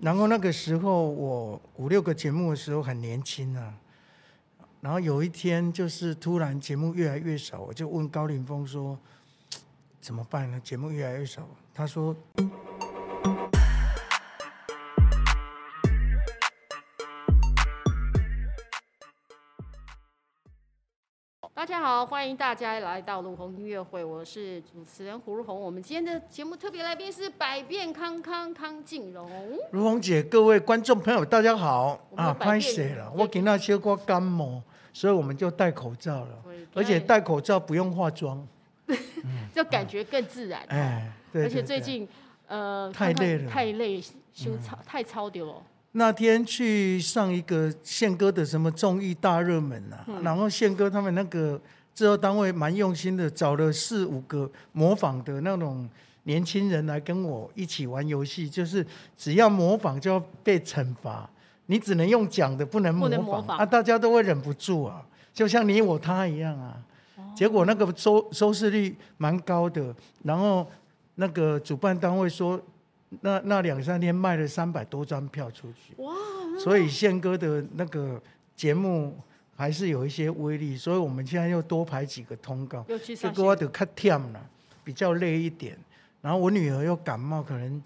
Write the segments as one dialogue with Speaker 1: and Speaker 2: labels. Speaker 1: 然后那个时候我五六个节目的时候很年轻啊，然后有一天就是突然节目越来越少，我就问高凌风说怎么办呢？节目越来越少，他说
Speaker 2: 大家好，欢迎大家来到卢红音乐会，我是主持人胡如红。我们今天的节目特别来宾是百变康康康靖荣。
Speaker 1: 如红姐，各位观众朋友，大家好
Speaker 2: 我们
Speaker 1: 啊！
Speaker 2: 百变
Speaker 1: 拍谁了？我给那些过感冒，所以我们就戴口罩了，而且戴口罩不用化妆。
Speaker 2: 就感觉更自然。
Speaker 1: 哎，对
Speaker 2: 而且
Speaker 1: 对
Speaker 2: 最
Speaker 1: 对嗯
Speaker 2: 近呃
Speaker 1: 太
Speaker 2: 康康
Speaker 1: 累了
Speaker 2: 太累，修操、太操掉了。
Speaker 1: 那天去上一个宪哥的什么综艺大热门啊，
Speaker 2: 嗯
Speaker 1: 然后宪哥他们那个制作单位蛮用心的，找了四五个模仿的那种年轻人来跟我一起玩游戏，就是只要模仿就要被惩罚，你只能用讲的，不能模
Speaker 2: 不能
Speaker 1: 仿
Speaker 2: 模仿
Speaker 1: 啊，大家都会忍不住啊，就像你我他一样啊。结果那个收收视率蛮高的，然后那个主办单位说，那那两三天卖了三百多张票出去。
Speaker 2: 哇，
Speaker 1: 所以宪哥的那个节目还是有一些威力，所以我们现在又多排几个通告，
Speaker 2: 又去
Speaker 1: 嗯这
Speaker 2: 上
Speaker 1: 个我得
Speaker 2: 线。
Speaker 1: 较忝了，比较累一点。然后我女儿又感冒，可能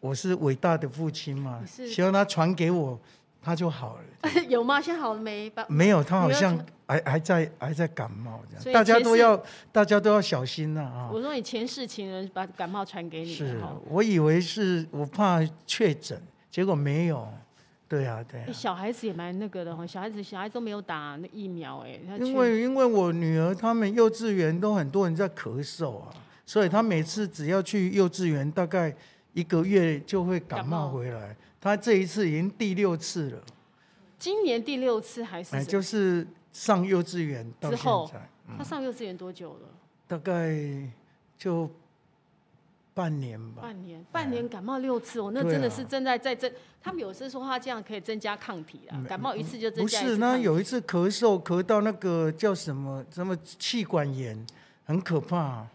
Speaker 1: 我是伟大的父亲嘛，
Speaker 2: 你是
Speaker 1: 希望她传给我，她就好了。
Speaker 2: 有吗？现在好了没？把
Speaker 1: 没有，她好
Speaker 2: 呃女
Speaker 1: 像
Speaker 2: 儿
Speaker 1: 还还在还在感冒这样，
Speaker 2: 所以
Speaker 1: 大家
Speaker 2: 前
Speaker 1: 都
Speaker 2: 世
Speaker 1: 要大家都要小心呐啊！
Speaker 2: 我说你前世情人把感冒传给你
Speaker 1: 是
Speaker 2: 了哈。
Speaker 1: 我以为是我怕确诊，结果没有。对啊，对啊
Speaker 2: 哎。小孩子也蛮那个的哈，小孩子小孩子都没有打那疫苗哎、他去
Speaker 1: 因为因为我女儿他们幼稚园都很多人在咳嗽啊，所以她每次只要去幼稚园，大概一个月就会感
Speaker 2: 感冒
Speaker 1: 冒回来。她这一次已经第六次了，
Speaker 2: 今年第六次还是
Speaker 1: 哎，
Speaker 2: 什么、
Speaker 1: 就是嗯上幼稚园到
Speaker 2: 之
Speaker 1: 现
Speaker 2: 后
Speaker 1: 在，
Speaker 2: 他上幼稚园多久了？
Speaker 1: 大概就半年吧。
Speaker 2: 半年，半年感冒六次，我、哦那
Speaker 1: 对
Speaker 2: 真的
Speaker 1: 啊
Speaker 2: 是正在在增。他们有时说他这样可以增加抗体啊，感冒一次就增
Speaker 1: 不
Speaker 2: 加一次抗体。
Speaker 1: 是，那有一次咳嗽咳到那个叫什么什么气管炎，很可怕、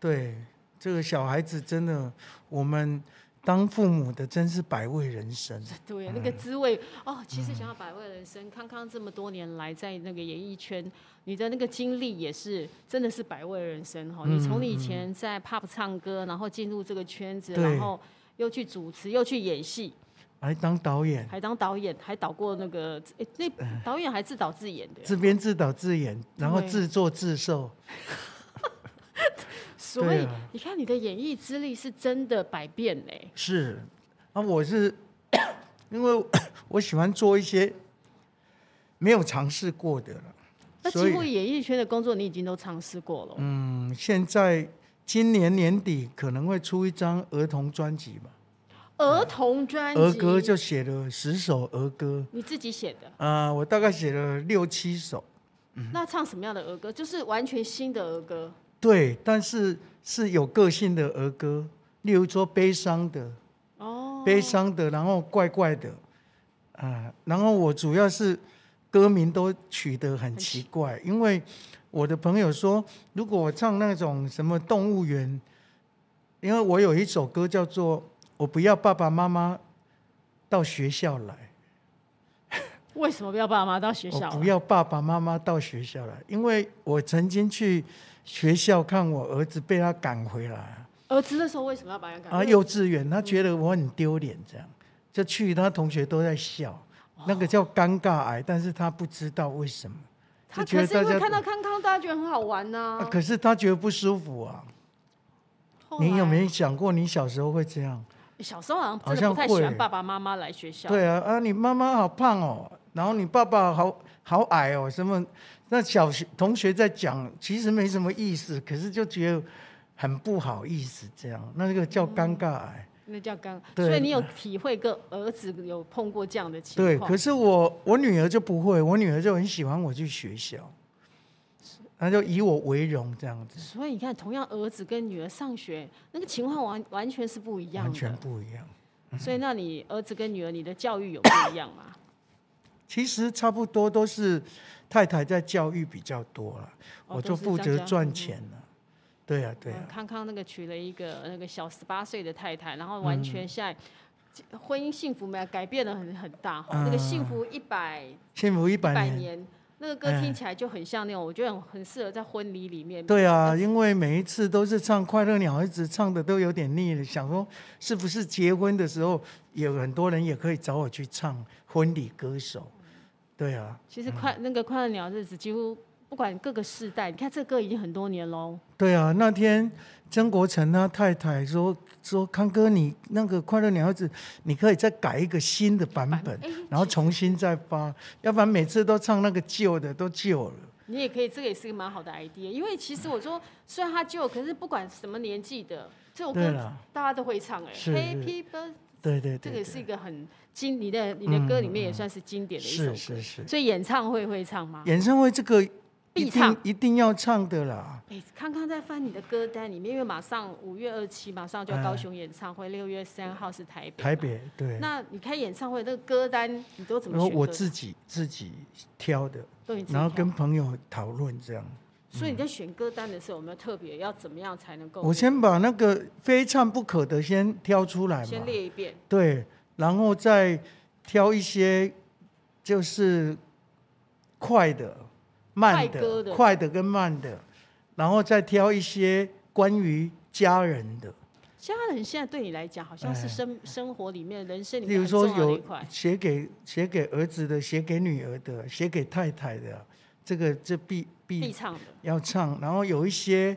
Speaker 1: 对，这个小孩子真的，我们当父母的真是百味人生。
Speaker 2: 对，那个滋味哦，其实想要百味人生，康康这么多年来在那个演艺圈，你的那个经历也是真的是百味人生哈、你从你以前在 pub 唱歌，然后进入这个圈子，
Speaker 1: 嗯对
Speaker 2: 然后又去主持，又去演戏，
Speaker 1: 来当导演，
Speaker 2: 还当导演，还导过那个诶
Speaker 1: 哎
Speaker 2: 那导演还自导自演的，
Speaker 1: 自编自导自演，然后
Speaker 2: 对
Speaker 1: 自作自受。
Speaker 2: 所
Speaker 1: 对
Speaker 2: 以
Speaker 1: 啊
Speaker 2: 你看你的演艺资历是真的百变嘞。
Speaker 1: 是，啊，我是因为我喜欢做一些没有尝试过的
Speaker 2: 那
Speaker 1: 了，所
Speaker 2: 几乎
Speaker 1: 以
Speaker 2: 演艺圈的工作你已经都尝试过了，
Speaker 1: 嗯，现在今年年底可能会出一张儿童专辑吧，
Speaker 2: 儿童专辑
Speaker 1: 儿歌就写了十首儿歌，
Speaker 2: 你自己写的。
Speaker 1: 啊、我大概写了六七首，嗯
Speaker 2: 那唱什么样的儿歌？就是完全新的儿歌，
Speaker 1: 对，但是是有个性的儿歌，例如说悲伤的，
Speaker 2: 哦，
Speaker 1: 悲伤的，然后怪怪的，啊、然后我主要是歌名都取得很奇怪，因为我的朋友说，如果我唱那种什么动物园，因为我有一首歌叫做《我不要爸爸妈妈到学校来》，
Speaker 2: 为什么不要爸妈到学校
Speaker 1: 我
Speaker 2: 啊？
Speaker 1: 哦不要爸爸妈妈到学校来，因为我曾经去学校看我儿子被他赶回来。
Speaker 2: 儿子那时候为什么要把人赶？
Speaker 1: 啊，幼稚园，他觉得我很丢脸，这样就去，他同学都在笑，那个叫尴尬癌，但是他不知道为什么，
Speaker 2: 他
Speaker 1: 就觉
Speaker 2: 可
Speaker 1: 得
Speaker 2: 是因
Speaker 1: 大家
Speaker 2: 为看到康康，大家觉得很好玩呐、
Speaker 1: 啊可是他觉得不舒服啊。
Speaker 2: 后来
Speaker 1: 你有没有想过，你小时候会这样？
Speaker 2: 小时候好像
Speaker 1: 好
Speaker 2: 真的
Speaker 1: 像
Speaker 2: 不太喜欢
Speaker 1: 会
Speaker 2: 爸爸妈妈来学校？，
Speaker 1: 对啊，啊，你妈妈好胖哦，然后你爸爸好好矮哦，什么？那小学同学在讲，其实没什么意思，可是就觉得很不好意思，这样，那个叫尴尬哎癌。
Speaker 2: 那叫刚。
Speaker 1: 对
Speaker 2: 所以你有体会过儿子有碰过这样的情
Speaker 1: 对，
Speaker 2: 况？
Speaker 1: 可是我我女儿就不会，我女儿就很喜欢我去学校，她就以我为荣这样子，
Speaker 2: 所以你看，同样儿子跟女儿上学，那个情况完完全是不一样
Speaker 1: 完全
Speaker 2: 的。
Speaker 1: 不一样。
Speaker 2: 所以，那你儿子跟女儿，你的教育有不一样 吗？
Speaker 1: 其实差不多都是太太在教育比较多了，我
Speaker 2: 哦都
Speaker 1: 就是负
Speaker 2: 大
Speaker 1: 责
Speaker 2: 家
Speaker 1: 赚
Speaker 2: 嗯
Speaker 1: 钱了。对呀、对呀、啊
Speaker 2: 哦
Speaker 1: 嗯
Speaker 2: 嗯康康那个娶了一个那个小十八岁的太太，然后完全现在婚姻幸福没有改变的很很大哈，那个幸福一百
Speaker 1: 幸福嗯一
Speaker 2: 一
Speaker 1: 百
Speaker 2: 百
Speaker 1: 年。哎
Speaker 2: 年那个歌听起来就很像那种，我觉得很很适合在婚礼里面。
Speaker 1: 对啊，因为每一次都是唱《快乐鸟》，一直唱的都有点腻了，想说是不是结婚的时候有很多人也可以找我去唱婚礼歌手？对啊，
Speaker 2: 其实快那个快乐鸟日子几乎不管各个世代，你看这歌已经很多年喽。
Speaker 1: 对啊。那天曾国成他太太说说康哥，你那个《快乐鸟》子，你可以再改一个新的版本，
Speaker 2: 哎
Speaker 1: 然后重新再发，要不然每次都唱那个旧的都旧了。
Speaker 2: 你也可以，这个也是个蛮好的 idea，因为其实我说虽然它旧，可是不管什么年纪的这首
Speaker 1: 对
Speaker 2: 歌
Speaker 1: 啦
Speaker 2: 大家都会唱哎、
Speaker 1: 是
Speaker 2: h a p p y Birthday，
Speaker 1: 对对对
Speaker 2: 这个
Speaker 1: 对
Speaker 2: 也是一个很经你的你的歌里面也算是经典的一首歌。
Speaker 1: 嗯是是是。
Speaker 2: 所以演唱会会唱吗？
Speaker 1: 演唱会这个一
Speaker 2: 必
Speaker 1: 定
Speaker 2: 唱
Speaker 1: 一定要唱的啦。
Speaker 2: 哎，康康在翻你的歌单里面，因为马上五月二七马上就要高雄演唱会，六月三号是台北。
Speaker 1: 台。北对，
Speaker 2: 那你开演唱会那个歌单，你都怎么
Speaker 1: 然
Speaker 2: 选
Speaker 1: 后
Speaker 2: 歌单？
Speaker 1: 我自己自己挑的，
Speaker 2: 都你自己
Speaker 1: 然后
Speaker 2: 挑
Speaker 1: 跟朋友讨论这样。
Speaker 2: 所以你在选歌单的时候，有没有特别要怎么样才能够？
Speaker 1: 我先把那个非唱不可的先挑出来
Speaker 2: 先
Speaker 1: 嘛，
Speaker 2: 列一遍。
Speaker 1: 对，然后再挑一些就是快的、慢
Speaker 2: 快歌
Speaker 1: 的、
Speaker 2: 的
Speaker 1: 快的跟慢的，然后再挑一些关于家人的。
Speaker 2: 家人现在对你来讲，好像是
Speaker 1: 哎
Speaker 2: 生、生活里面、人生里
Speaker 1: 例
Speaker 2: 面
Speaker 1: 如
Speaker 2: 很
Speaker 1: 说
Speaker 2: 重要的
Speaker 1: 有
Speaker 2: 一块。
Speaker 1: 写给写给儿子的，写给女儿的，写给太太的，这个这必
Speaker 2: 必
Speaker 1: 必
Speaker 2: 唱的，
Speaker 1: 要唱。然后有一些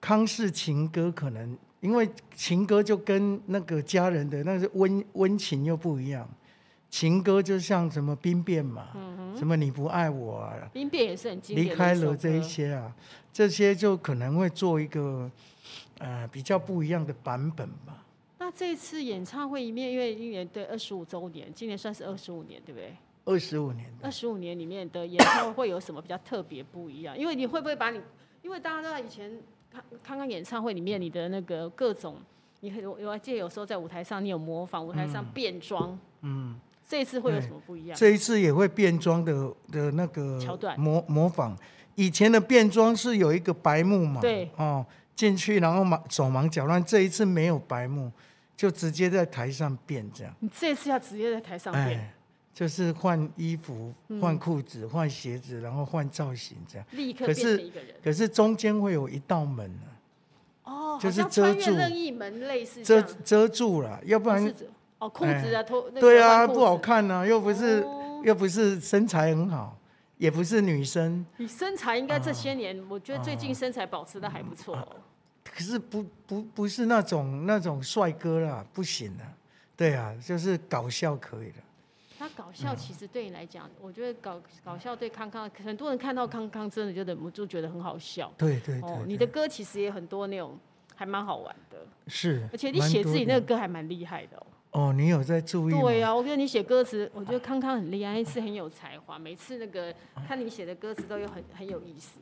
Speaker 1: 康氏情歌，可能因为情歌就跟那个家人的那是温温情又不一样。情歌就像什么兵变嘛，什么你不爱我啊，
Speaker 2: 兵变也是很嗯经
Speaker 1: 离
Speaker 2: 典的
Speaker 1: 开
Speaker 2: 首
Speaker 1: 了这一
Speaker 2: 歌
Speaker 1: 些啊，这些就可能会做一个呃比较不一样的版本吧。
Speaker 2: 那这次演唱会一面，因为一年对二十五周年，今年算是二十五年，对不对？
Speaker 1: 二十五年的
Speaker 2: 二十五年里面的演唱会会有什么比较特别不一样？因为你会不会把你，因为大家都知道以前看看看演唱会里面你的那个各种，你很我我记得有时候在舞台上你有模仿，舞台上变装，嗯，这一次会有什么不一样？
Speaker 1: 这一次也会变装的的那个
Speaker 2: 桥段
Speaker 1: 模模仿。以前的变装是有一个白幕嘛，
Speaker 2: 对，
Speaker 1: 哦，进去然后忙手忙脚乱，这一次没有白幕，就直接在台上变这样，
Speaker 2: 你这次要直接在台上变，嗯
Speaker 1: 哎，就是换衣服、换裤子、换鞋子，然后换造型这样。
Speaker 2: 立刻
Speaker 1: 可
Speaker 2: 变
Speaker 1: 是
Speaker 2: 成一个人。
Speaker 1: 可是中间会有一道门啊、
Speaker 2: 哦，
Speaker 1: 就是
Speaker 2: 好像穿
Speaker 1: 遮
Speaker 2: 越
Speaker 1: 住
Speaker 2: 任意门类似这
Speaker 1: 遮
Speaker 2: 样，
Speaker 1: 遮住了，要不
Speaker 2: 不
Speaker 1: 然哎
Speaker 2: 是指哦裤子啊脱、那个
Speaker 1: 对啊
Speaker 2: 换裤子
Speaker 1: 不好。看啊，又不是、
Speaker 2: 哦
Speaker 1: 又不是身材很好，也不是女生，
Speaker 2: 你身材应该这
Speaker 1: 啊
Speaker 2: 些年，我觉得最近身材保持的还不错、哦。
Speaker 1: 可是不不不是那种那种帅哥啦，不行啊。对啊，就是搞笑可以的。
Speaker 2: 那
Speaker 1: 嗯
Speaker 2: 搞笑其实对你来讲，我觉得搞搞笑对康康，很多人看到康康真的就忍不住觉得很好笑。
Speaker 1: 对对对
Speaker 2: 哦，
Speaker 1: 对
Speaker 2: 你的歌其实也很多那种，还蛮好玩的，
Speaker 1: 是，
Speaker 2: 而且你
Speaker 1: 蛮
Speaker 2: 写
Speaker 1: 多
Speaker 2: 自己
Speaker 1: 的
Speaker 2: 那个歌还蛮厉害的、哦。
Speaker 1: 哦，你有在注意吗？
Speaker 2: 对呀、啊我觉得你写歌词，我觉得康康很厉害，那次很有才华，每次那个
Speaker 1: 啊
Speaker 2: 看你写的歌词都有很很有意思。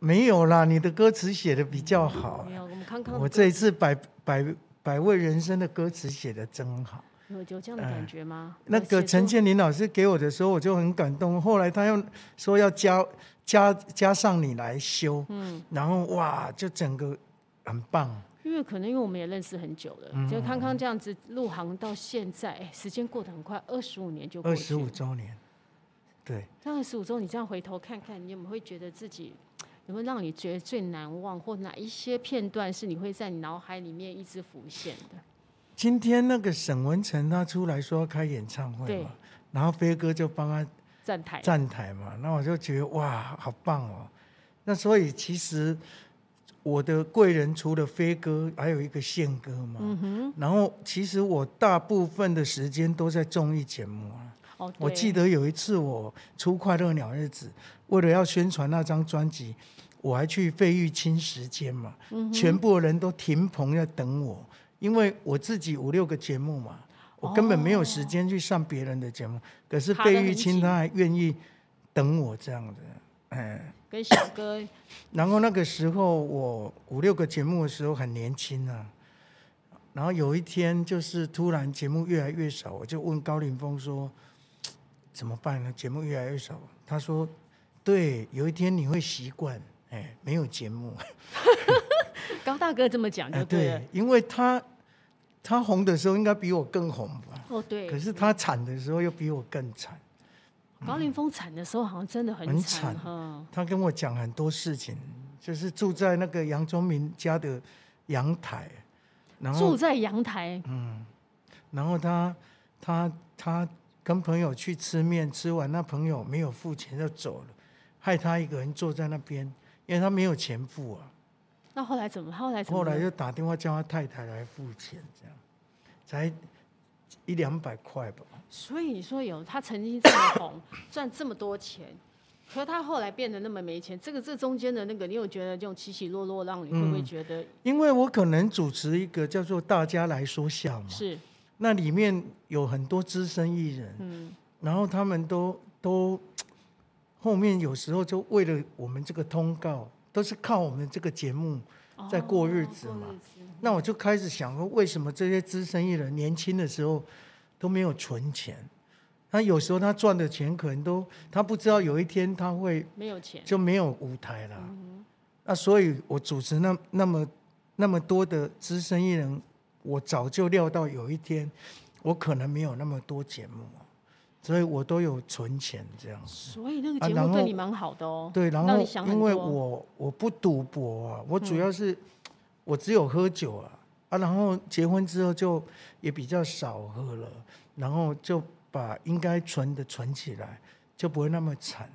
Speaker 1: 没有啦，你的歌词写的比较好
Speaker 2: 没。有，我们康康的
Speaker 1: 哦我
Speaker 2: 歌
Speaker 1: 这一次百百百味人生的歌词写的真好。
Speaker 2: 有有这样的感觉吗？
Speaker 1: 哎那
Speaker 2: 有
Speaker 1: 个
Speaker 2: 写
Speaker 1: 陈
Speaker 2: 作
Speaker 1: 建林老师给我的时候，我就很感动。后来他又说要加加加上你来修，嗯，然后哇，就整个很棒。
Speaker 2: 因为可能因为我们也认识很久
Speaker 1: 嗯
Speaker 2: 了，就康康这样子入行到现在，哎，时间过得很快，二十五年就过
Speaker 1: 二
Speaker 2: 去
Speaker 1: 十
Speaker 2: 了
Speaker 1: 五。周年，对。
Speaker 2: 那二十五周，你这样回头看看，你有没有会觉得自己有没有让你觉得最难忘，或哪一些片段是你会在你脑海里面一直浮现的？
Speaker 1: 今天那个沈文成他出来说要开演唱会
Speaker 2: 对
Speaker 1: 嘛，然后飞哥就帮他
Speaker 2: 站台
Speaker 1: 站台嘛，那我就觉得哇，好棒哦。那所以其实我的贵人除了飞哥，还有一个宪哥嘛。然后其实我大部分的时间都在综艺节目啊。
Speaker 2: 哦，
Speaker 1: 我
Speaker 2: 对
Speaker 1: 记得有一次我出《快乐鸟日子》，为了要宣传那张专辑，我还去费玉清时间嘛，
Speaker 2: 嗯
Speaker 1: 全部的人都停棚在等我，因为我自己五六个节目嘛，我根本没有时间去上别人的节目。可是
Speaker 2: 哦卡得
Speaker 1: 费
Speaker 2: 很
Speaker 1: 玉清
Speaker 2: 紧
Speaker 1: 他还愿意等我这样子。
Speaker 2: 跟小哥
Speaker 1: 然后那个时候我五六个节目的时候很年轻啊，然后有一天就是突然节目越来越少，我就问高凌风说嘖怎么办呢？节目越来越少，他说对，有一天你会习惯，哎，没有节目，
Speaker 2: 高大哥这么讲
Speaker 1: 哎
Speaker 2: 啊就对了，啊
Speaker 1: 因为他他红的时候应该比我更红吧？
Speaker 2: 哦，对。
Speaker 1: 可是他惨的时候又比我更惨。
Speaker 2: 高凌风惨的时候好像真的很
Speaker 1: 很
Speaker 2: 惨
Speaker 1: 惨
Speaker 2: 哈。
Speaker 1: 他跟我讲很多事情，就是住在那个杨宗民家的阳台，然后嗯
Speaker 2: 住在阳台，
Speaker 1: 然后他他他跟朋友去吃面，吃完那朋友没有付钱就走了，害他一个人坐在那边，因为他没有钱付啊。
Speaker 2: 那后来怎么？后来怎么
Speaker 1: 后
Speaker 2: 了？
Speaker 1: 来就打电话叫他太太来付钱，这样才一两百块吧。
Speaker 2: 所以你说有他曾经这么红， 赚这么多钱，可他后来变得那么没钱，这个这中间的那个，你有觉得这种起起落落，让你会
Speaker 1: 嗯
Speaker 2: 不会觉得
Speaker 1: 因为我可能主持一个叫做“大家来说笑”嘛，
Speaker 2: 是？
Speaker 1: 那里面有很多资深艺人，
Speaker 2: 嗯，
Speaker 1: 然后他们都都后面有时候就为了我们这个通告，都是靠我们这个节目。在过日子
Speaker 2: 哦
Speaker 1: 嘛
Speaker 2: 过日子
Speaker 1: 那我就开始想说，为什么这些资深艺人年轻的时候都没有存钱？他有时候他赚的钱可能都他不知道有一天他会
Speaker 2: 没有钱，
Speaker 1: 就没有舞台了。
Speaker 2: 嗯
Speaker 1: 那所以，我主持那那么那么多的资深艺人，我早就料到有一天我可能没有那么多节目，所以我都有存钱这样。
Speaker 2: 所以那个
Speaker 1: 啊
Speaker 2: 节
Speaker 1: 然
Speaker 2: 目
Speaker 1: 后
Speaker 2: 对你蛮好的哦。
Speaker 1: 对，然后
Speaker 2: 让你想很
Speaker 1: 因为
Speaker 2: 多嗯
Speaker 1: 我我不赌博啊，我主要是、我只有喝酒啊啊，然后结婚之后就也比较少喝了，然后就把应该存的存起来，就不会那么惨。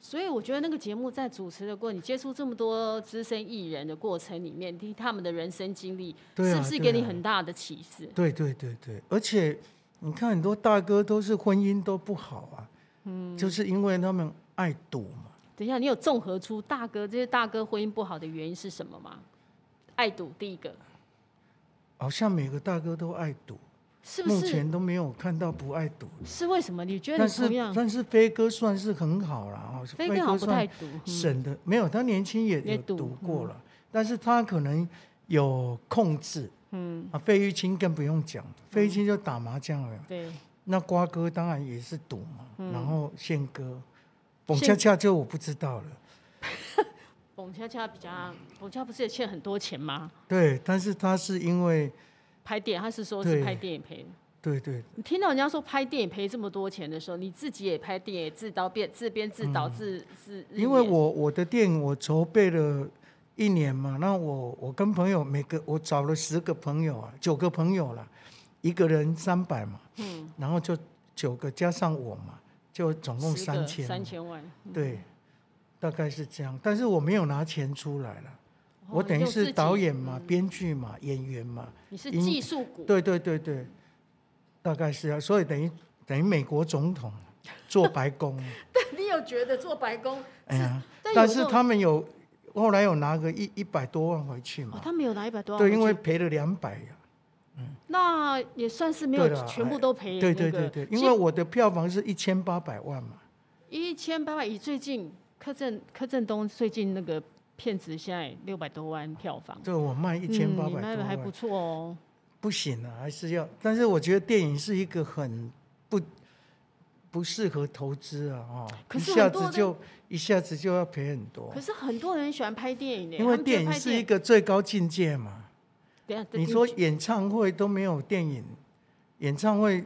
Speaker 2: 所以我觉得那个节目在主持的过，你接触这么多资深艺人的过程里面，听他们的人生经历，
Speaker 1: 对啊
Speaker 2: 是不是
Speaker 1: 对
Speaker 2: 给
Speaker 1: 啊
Speaker 2: 你很大的启示？
Speaker 1: 对啊对对对，而且你看很多大哥都是婚姻都不好啊，嗯，就是因为他们爱赌嘛。
Speaker 2: 等一下，你有综合出大哥这些大哥婚姻不好的原因是什么吗？爱赌第一个，
Speaker 1: 好像每个大哥都爱赌，
Speaker 2: 是不
Speaker 1: 目
Speaker 2: 是？
Speaker 1: 前都没有看到不爱赌。
Speaker 2: 是为什么？你觉得
Speaker 1: 但
Speaker 2: 你
Speaker 1: 是
Speaker 2: 同样，
Speaker 1: 但是飞哥算是很好了啊，
Speaker 2: 飞哥好像不
Speaker 1: 算
Speaker 2: 太赌，嗯
Speaker 1: 省的没有，他年轻也
Speaker 2: 也
Speaker 1: 有
Speaker 2: 赌嗯
Speaker 1: 赌过了，但是他可能有控制。嗯，啊，费玉清更不用讲，
Speaker 2: 嗯
Speaker 1: 费玉清就打麻将了。
Speaker 2: 对，
Speaker 1: 那瓜哥当然也是赌嘛，然后宪哥，冯
Speaker 2: 宪
Speaker 1: 恰恰就我不知道了。
Speaker 2: 冯恰恰比较，冯恰不是也欠很多钱吗？
Speaker 1: 对，但是他是因为
Speaker 2: 拍电，他是说是
Speaker 1: 对
Speaker 2: 拍电影赔。
Speaker 1: 对对
Speaker 2: 你听到人家说拍电影赔这么多钱的时候，你自己也拍电影，自导编自编自导自自，
Speaker 1: 嗯因为我我的电影我筹备了一年嘛，那我我跟朋友每个我找了十个朋友啊，九个朋友啦，一个人三百嘛，嗯，然后就九个加上我嘛，就总共
Speaker 2: 十个
Speaker 1: 三千，
Speaker 2: 三千万，
Speaker 1: 对，大概是这样。但是我没有拿钱出来了，
Speaker 2: 哦
Speaker 1: 我等于
Speaker 2: 用自
Speaker 1: 是
Speaker 2: 己
Speaker 1: 导演嘛、编剧嘛、演员嘛，
Speaker 2: 你是
Speaker 1: 因
Speaker 2: 技术股，
Speaker 1: 对对对对，大概是啊，所以等于等于美国总统做白 宫啊。
Speaker 2: 你有觉得做白宫？
Speaker 1: 哎呀，
Speaker 2: 但
Speaker 1: 但
Speaker 2: 有时
Speaker 1: 是
Speaker 2: 候
Speaker 1: 他们有后来有拿个一一百多万回去
Speaker 2: 哦
Speaker 1: 嘛，？
Speaker 2: 他没有拿一百多万回
Speaker 1: 对，
Speaker 2: 去，
Speaker 1: 因为赔了两百呀。
Speaker 2: 那也算是没有
Speaker 1: 对啦
Speaker 2: 全部都赔那
Speaker 1: 对对
Speaker 2: 个。
Speaker 1: 对对，因为我的票房是一千八百万嘛，
Speaker 2: 一千八百以最近柯震柯震东最近那个片子现在六百多万票房，
Speaker 1: 对我卖一千八
Speaker 2: 嗯你
Speaker 1: 百
Speaker 2: 卖
Speaker 1: 多
Speaker 2: 的还不
Speaker 1: 万，
Speaker 2: 错哦。
Speaker 1: 不行啊，还是要。但是我觉得电影是一个很不不适合投资啊，哦，
Speaker 2: 可
Speaker 1: 一
Speaker 2: 是
Speaker 1: 下
Speaker 2: 很多
Speaker 1: 子
Speaker 2: 的
Speaker 1: 就一下子就要赔很多
Speaker 2: 可，是很多人喜欢拍电影呢，
Speaker 1: 哦因为
Speaker 2: 他们觉得
Speaker 1: 电影
Speaker 2: 拍
Speaker 1: 是一
Speaker 2: 影
Speaker 1: 个最高境界嘛。
Speaker 2: 等一下
Speaker 1: 你说演唱会都没有电影，演唱会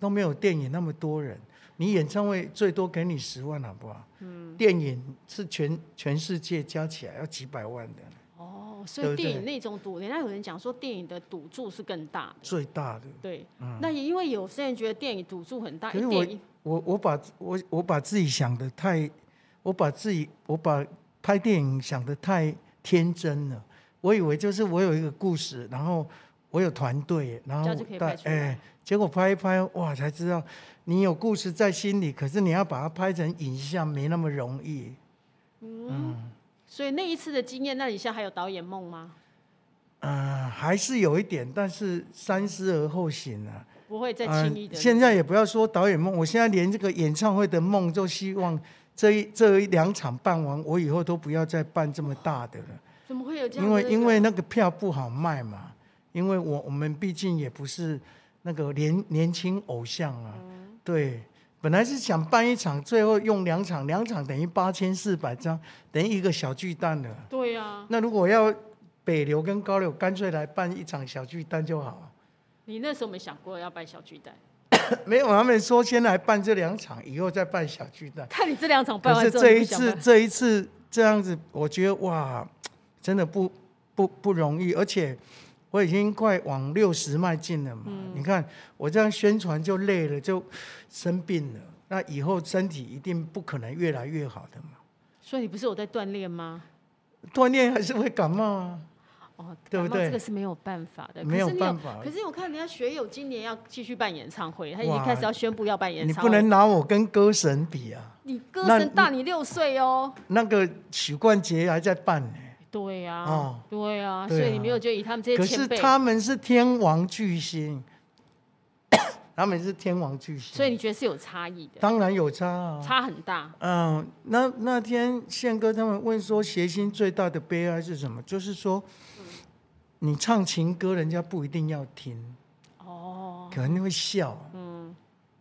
Speaker 1: 都没有电影那么多人，你演唱会最多给你十万好不好？嗯，电影是全全世界加起来要几百万的，
Speaker 2: 哦，所以
Speaker 1: 对不对
Speaker 2: 电影那种赌，人家有人讲说电影的赌注是更大的，
Speaker 1: 最大的。
Speaker 2: 对，那也因为有些人觉得电影赌注很大，
Speaker 1: 嗯可
Speaker 2: 一
Speaker 1: 是我
Speaker 2: 电影
Speaker 1: 我我把我我把自己想的太，我把自己我把拍电影想的太天真了，我以为就是我有一个故事，然后我有团队，然
Speaker 2: 这
Speaker 1: 后
Speaker 2: 样就可以
Speaker 1: 大哎
Speaker 2: 拍出来
Speaker 1: 结果拍一拍，哇，才知道你有故事在心里，可是你要把它拍成影像没那么容易。
Speaker 2: 所以那一次的经验，那你现在还有导演梦吗？
Speaker 1: 嗯，还是有一点，但是三思而后行啊。
Speaker 2: 不会再
Speaker 1: 嗯，
Speaker 2: 轻易的、
Speaker 1: 现在也不要说导演梦，我现在连这个演唱会的梦都希望这一这一两场办完，我以后都不要再办这么大的了，
Speaker 2: 怎么会有哦这样
Speaker 1: 因
Speaker 2: 的那
Speaker 1: 为
Speaker 2: 个？
Speaker 1: 因为那个票不好卖嘛，因为我我们毕竟也不是那个年年轻偶像啊，
Speaker 2: 嗯
Speaker 1: 对。本来是想办一场，最后用两场，两场等于八千四百张，等于一个小巨蛋了。
Speaker 2: 对呀、啊
Speaker 1: 那如果要北流跟高流干脆来办一场小巨蛋就好。
Speaker 2: 你那时候没想过要办小巨蛋？
Speaker 1: 没有，他们说先来办这两场，以后再办小巨蛋。
Speaker 2: 看你这两场办
Speaker 1: 可
Speaker 2: 完
Speaker 1: 是
Speaker 2: 之后，
Speaker 1: 这
Speaker 2: 你
Speaker 1: 一
Speaker 2: 不想
Speaker 1: 次
Speaker 2: 办
Speaker 1: 这一次这样子，我觉得哇，真的不不不容易，而且我已经快往六十迈进了嘛。
Speaker 2: 嗯
Speaker 1: 你看我这样宣传就累了，就生病了。那以后身体一定不可能越来越好的嘛，
Speaker 2: 所以你不是有在锻炼吗？
Speaker 1: 锻炼还是会感冒啊，
Speaker 2: 哦，
Speaker 1: 对不
Speaker 2: 感冒
Speaker 1: 对
Speaker 2: 这个是没有办法的，
Speaker 1: 没有
Speaker 2: 可是你
Speaker 1: 办法
Speaker 2: 可是我看人家学友今年要继续办演唱会，他已经
Speaker 1: 哇
Speaker 2: 开始要宣布要办演
Speaker 1: 你
Speaker 2: 唱
Speaker 1: 不
Speaker 2: 会。
Speaker 1: 能拿我跟歌神比啊。
Speaker 2: 你歌
Speaker 1: 那
Speaker 2: 声大你六岁哦。
Speaker 1: 那个许冠杰还在办呢、
Speaker 2: 对呀、
Speaker 1: 哦
Speaker 2: 对呀、
Speaker 1: 对
Speaker 2: 所
Speaker 1: 啊
Speaker 2: 以你没有觉得以他们这
Speaker 1: 可
Speaker 2: 些
Speaker 1: 是
Speaker 2: 前辈，
Speaker 1: 他们是天王巨星， 他们是天王巨星，
Speaker 2: 所以你觉得是有差异的，
Speaker 1: 当然有差啊。
Speaker 2: 差很大。
Speaker 1: 嗯，那那天宪哥他们问说，谐星最大的悲哀是什么？就是说，你唱情歌，人家不一定要听，
Speaker 2: 哦，
Speaker 1: 可能会笑，嗯，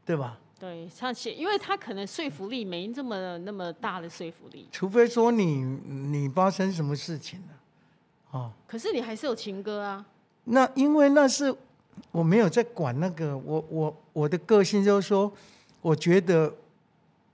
Speaker 1: 对吧？
Speaker 2: 对，像写，因为他可能说服力没这么那么大的说服力，
Speaker 1: 除非说你你发生什么事情了、哦，
Speaker 2: 可是你还是有情歌啊。
Speaker 1: 那因为那是我没有在管那个，我我我的个性就是说，我觉得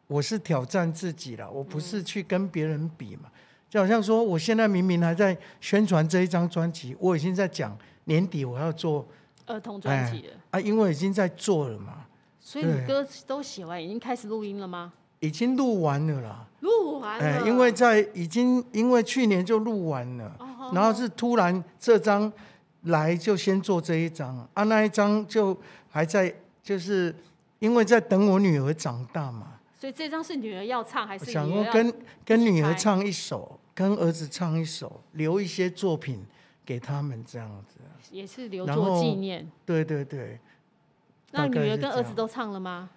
Speaker 1: 我是挑战自己了，我不是去跟别人比嘛。就好像说，我现在明明还在宣传这一张专辑，我已经在讲年底我要做
Speaker 2: 儿童专辑的，
Speaker 1: 啊，因为已经在做了嘛，
Speaker 2: 所以你
Speaker 1: 对
Speaker 2: 歌都写完，已经开始录音了吗？
Speaker 1: 已经录完了啦。
Speaker 2: 录完
Speaker 1: 哎
Speaker 2: 了，，
Speaker 1: 因为在已经因为去年就录完了，
Speaker 2: 哦好
Speaker 1: 然后是突然这张来就先做这一张啊，那一张就还在，就是因为在等我女儿长大嘛，
Speaker 2: 所以这张是女儿要唱还
Speaker 1: 我
Speaker 2: 是
Speaker 1: 想
Speaker 2: 女儿
Speaker 1: 说
Speaker 2: 要
Speaker 1: 跟跟女儿
Speaker 2: 拍
Speaker 1: 唱一首，跟儿子唱一首，留一些作品给他们这样子。
Speaker 2: 也是留
Speaker 1: 然后
Speaker 2: 作纪念？
Speaker 1: 对对对，
Speaker 2: 那
Speaker 1: 大
Speaker 2: 女
Speaker 1: 概
Speaker 2: 儿
Speaker 1: 是
Speaker 2: 跟
Speaker 1: 这
Speaker 2: 儿子
Speaker 1: 样
Speaker 2: 都唱了吗？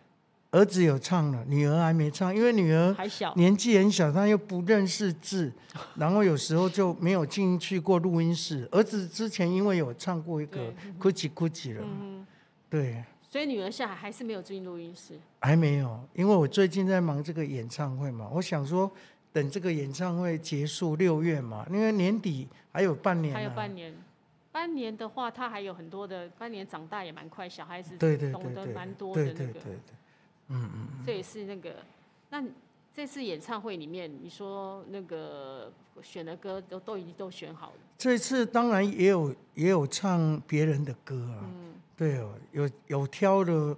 Speaker 1: 儿子有唱了，女儿还没唱，因为女儿
Speaker 2: 还小，
Speaker 1: 年纪很小，他又不认识 字，然后有时候就没有进去过录音室。儿子之前因为有唱过一个
Speaker 2: 对
Speaker 1: 《哭泣哭泣》了，
Speaker 2: 嗯，
Speaker 1: 对，
Speaker 2: 所以女儿下海还是没有进录音室。
Speaker 1: 还没有，因为我最近在忙这个演唱会嘛，我想说等这个演唱会结束六月嘛，因为年底还有半年、啊，
Speaker 2: 还有半年，半年的话，他还有很多的，半年长大也蛮快，小孩子
Speaker 1: 对对对
Speaker 2: 懂
Speaker 1: 对
Speaker 2: 得
Speaker 1: 对
Speaker 2: 蛮多的
Speaker 1: 对
Speaker 2: 那
Speaker 1: 对
Speaker 2: 个，
Speaker 1: 对嗯对，
Speaker 2: 这也是那个。那你这次演唱会里面，你说那个选的歌都都已经都选好了，
Speaker 1: 这次当然也有也有唱别人的歌啊，
Speaker 2: 嗯
Speaker 1: 对哦，有有挑了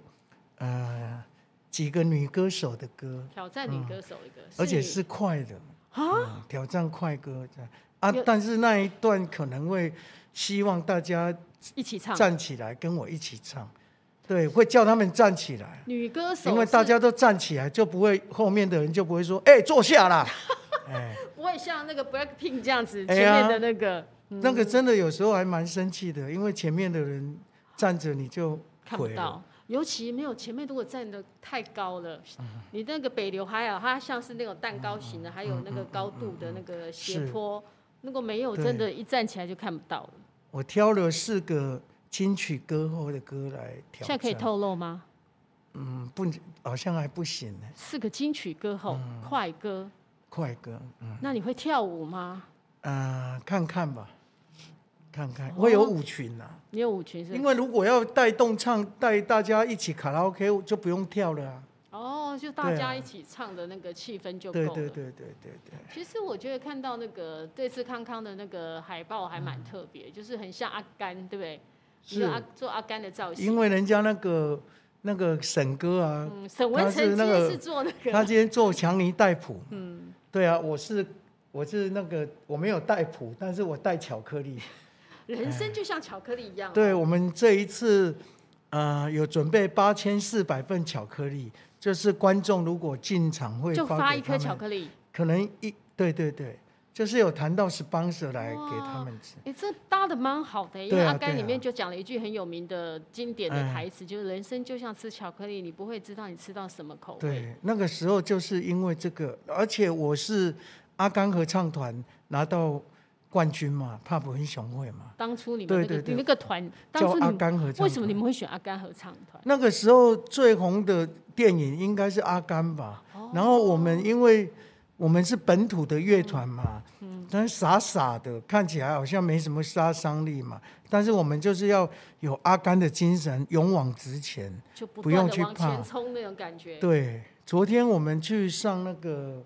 Speaker 1: 呃几个女歌手的歌。
Speaker 2: 挑战女歌手一个，
Speaker 1: 嗯而且
Speaker 2: 你
Speaker 1: 是快的啊、嗯挑战快歌这样
Speaker 2: 有
Speaker 1: 啊，但是那一段可能会希望大家
Speaker 2: 一起唱
Speaker 1: 站起来跟我一起唱，对，会叫他们站起来，
Speaker 2: 女歌手是，
Speaker 1: 因为大家都站起来就不会后面的人就不会说哎、坐下啦，哎、
Speaker 2: 不会像那个 Blackpink 这样子，
Speaker 1: 哎
Speaker 2: 前
Speaker 1: 呀
Speaker 2: 面的那个
Speaker 1: 那个真的有时候还蛮生气的，因为前面的人站着你就
Speaker 2: 看不
Speaker 1: 毁了
Speaker 2: 到，尤其没有前面如果站的太高了，
Speaker 1: 嗯
Speaker 2: 你那个北流还好，它像是那种蛋糕型的，还有那个高度的那
Speaker 1: 嗯
Speaker 2: 个斜坡，如果没有
Speaker 1: 对
Speaker 2: 真的，一站起来就看不到了。
Speaker 1: 我挑了四个金曲歌后的歌来挑战，
Speaker 2: 现在可以透露吗？
Speaker 1: 嗯，不，好像还不行呢，
Speaker 2: 四个金曲歌后，快歌，
Speaker 1: 快歌，嗯。
Speaker 2: 那你会跳舞吗？
Speaker 1: 呃，看看吧，看看会有舞群啊，
Speaker 2: 你有舞裙哦是
Speaker 1: 因
Speaker 2: 吗？
Speaker 1: 为如果要带动唱，带大家一起卡拉 OK 就不用跳了啊。
Speaker 2: 哦，就大家一起唱的那个气氛就够
Speaker 1: 对啊
Speaker 2: 了。
Speaker 1: 对对对对对，
Speaker 2: 其实我觉得看到那个这次康康的那个海报还蛮特别，就是很像阿甘，对不对？一个阿
Speaker 1: 嗯是
Speaker 2: 做阿甘的造型。
Speaker 1: 因为人家那个那个沈哥啊，
Speaker 2: 嗯，沈文成今
Speaker 1: 他是那
Speaker 2: 天
Speaker 1: 个
Speaker 2: 是做那 个，
Speaker 1: 他今天做强尼戴普，嗯，对啊，我是我是那个我没有戴普，但是我戴巧克力。
Speaker 2: 人生就像巧克力一样。
Speaker 1: 哎
Speaker 2: 啊
Speaker 1: 对我们这一次，呃，有准备八千四百份巧克力，就是观众如果进场会
Speaker 2: 就发
Speaker 1: 给
Speaker 2: 一
Speaker 1: 他
Speaker 2: 颗
Speaker 1: 们
Speaker 2: 巧克力。
Speaker 1: 可能一对对对，就是有谈到 sponsor 来给他们吃。
Speaker 2: 哎，这搭的蛮好的，因为
Speaker 1: 对啊
Speaker 2: 阿甘
Speaker 1: 对啊哎
Speaker 2: 里面就讲了一句很有名的经典的台词，就是人生就像吃巧克力，你不会知道你吃到什么口味。
Speaker 1: 对，那个时候就是因为这个，而且我是阿甘合唱团拿到冠军嘛，帕普英雄会嘛，
Speaker 2: 当初你们那
Speaker 1: 对对
Speaker 2: 个
Speaker 1: 对
Speaker 2: 你那个团，当
Speaker 1: 叫
Speaker 2: 初
Speaker 1: 阿
Speaker 2: 你们
Speaker 1: 甘合唱团。
Speaker 2: 为什么你们会选阿甘合唱团？
Speaker 1: 那个时候最红的电影应该是阿甘吧。
Speaker 2: 哦
Speaker 1: 然后我们因为我们是本土的乐团嘛，
Speaker 2: 嗯
Speaker 1: 但是傻傻的，看起来好像没什么杀伤力嘛。但是我们就是要有阿甘的精神，勇往直前。
Speaker 2: 就不
Speaker 1: 不
Speaker 2: 断
Speaker 1: 用
Speaker 2: 的
Speaker 1: 去
Speaker 2: 往
Speaker 1: 怕
Speaker 2: 前冲那种感觉。
Speaker 1: 对，昨天我们去上那个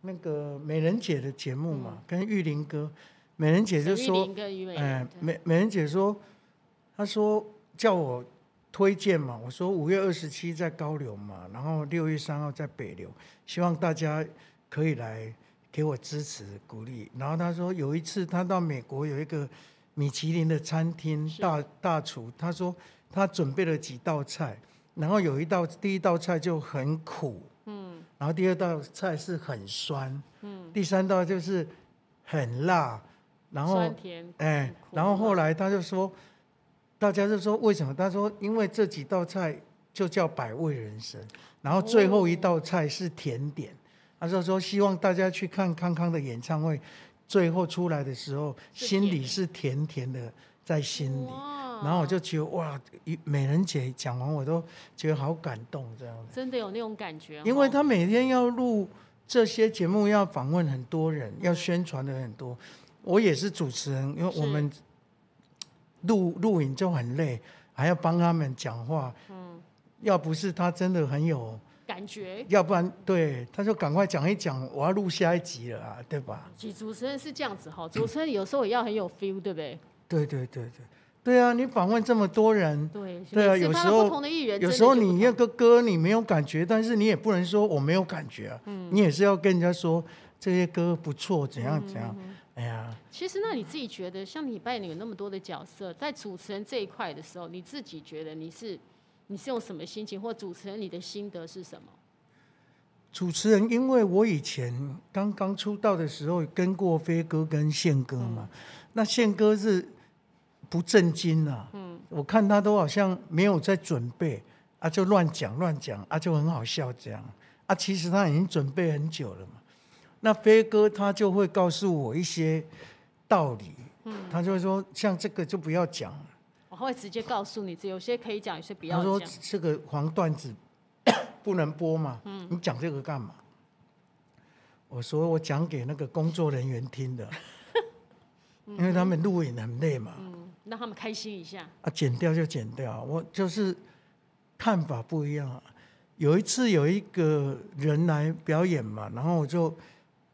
Speaker 1: 那个美人姐的节目嘛，跟玉林哥，美人姐
Speaker 2: 沈
Speaker 1: 就
Speaker 2: 玉
Speaker 1: 说，
Speaker 2: 玲嗯跟于美
Speaker 1: 哎
Speaker 2: 人，，对
Speaker 1: 美美人姐说，她说叫我推荐嘛，我说五月二十七在高流嘛，然后六月三号在北流，希望大家可以来给我支持鼓励。然后她说有一次她到美国有一个米其林的餐厅
Speaker 2: 是
Speaker 1: 大大厨，她说她准备了几道菜，然后有一道第一道菜就很苦，嗯，然后第二道菜是很酸，嗯，第三道就是很辣，然后
Speaker 2: 酸甜
Speaker 1: 哎，
Speaker 2: 苦
Speaker 1: 然后后
Speaker 2: 辣
Speaker 1: 来他就说，大家就说为什么？他说因为这几道菜就叫百味人生，然后最后一道菜是甜点。他就说希望大家去看康康的演唱会，最后出来的时候
Speaker 2: 是
Speaker 1: 心
Speaker 2: 甜
Speaker 1: 里
Speaker 2: 的
Speaker 1: 是甜甜的在心里。
Speaker 2: 哇
Speaker 1: 然后我就觉得哇，一美人姐讲完我都觉得好感动这样子，
Speaker 2: 真的有那种感觉哦，
Speaker 1: 因为她每天要录这些节目，要访问很多人，要宣传的很多。我也是主持人，因为
Speaker 2: 是
Speaker 1: 我们录录影就很累，还要帮他们讲话。要不是她真的很有，
Speaker 2: 感觉。
Speaker 1: 要不然对，她就赶快讲一讲，我要录下一集了啊，对吧？
Speaker 2: 其实主持人是这样子哈，主持人有时候也要很有 feel，对不对？
Speaker 1: 对对对对，对啊，你访问这么多人，
Speaker 2: 对，
Speaker 1: 对啊
Speaker 2: 每次
Speaker 1: 有
Speaker 2: 看
Speaker 1: 时
Speaker 2: 到
Speaker 1: 候
Speaker 2: 不同的艺人，
Speaker 1: 有
Speaker 2: 真的
Speaker 1: 时候
Speaker 2: 就不
Speaker 1: 你那
Speaker 2: 同
Speaker 1: 个歌你没有感觉，但是你也不能说我没有感觉啊，
Speaker 2: 嗯
Speaker 1: 你也是要跟人家说这些歌不错，怎样怎
Speaker 2: 嗯
Speaker 1: 样。哎呀，
Speaker 2: 其实那你自己觉得，像你扮演有那么多的角色，在主持人这一块的时候，你自己觉得你是你是用什么心情，或主持人你的心得是什么？
Speaker 1: 主持人，因为我以前刚刚出道的时候跟过飞哥跟宪哥嘛，那宪哥是不正经啊，我看他都好像没有在准备啊，就乱讲乱讲啊，就很好笑这样啊。其实他已经准备很久了嘛。那飞哥他就会告诉我一些道理，他就会说像这个就不要讲，
Speaker 2: 我会直接告诉你，这有些可以讲，有些不
Speaker 1: 他
Speaker 2: 要
Speaker 1: 说
Speaker 2: 讲。
Speaker 1: 这个黄段子 不能播嘛，
Speaker 2: 嗯
Speaker 1: 你讲这个干嘛？我说我讲给那个工作人员听 的，因为他们录影很累嘛，
Speaker 2: 嗯，让他们开心一下。
Speaker 1: 啊，剪掉就剪掉，啊我就是看法不一样啊。有一次有一个人来表演嘛，然后我就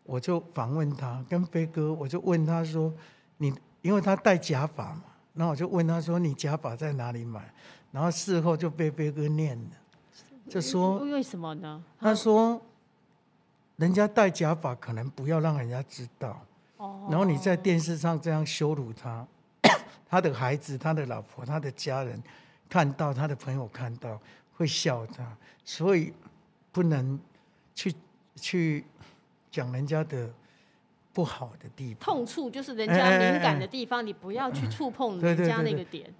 Speaker 1: 我就访问他，跟飞哥，我就问他说：“你因为他戴假发嘛，然后我就问他说：‘你假发在哪里买？’然后事后就被飞哥念了，就说
Speaker 2: 为为什么呢？
Speaker 1: 他说人家戴假发可能不要让人家知道，
Speaker 2: 哦，
Speaker 1: 然后你在电视上这样羞辱他， 他的孩子、他的老婆、他的家人看到，他的朋友看到会笑他，所以不能去去讲人家的不好的地方。
Speaker 2: 痛处就是人
Speaker 1: 哎
Speaker 2: 家
Speaker 1: 哎哎
Speaker 2: 敏感的地方，你不要去触碰
Speaker 1: 对
Speaker 2: 人
Speaker 1: 对
Speaker 2: 家
Speaker 1: 对
Speaker 2: 那
Speaker 1: 对
Speaker 2: 个点。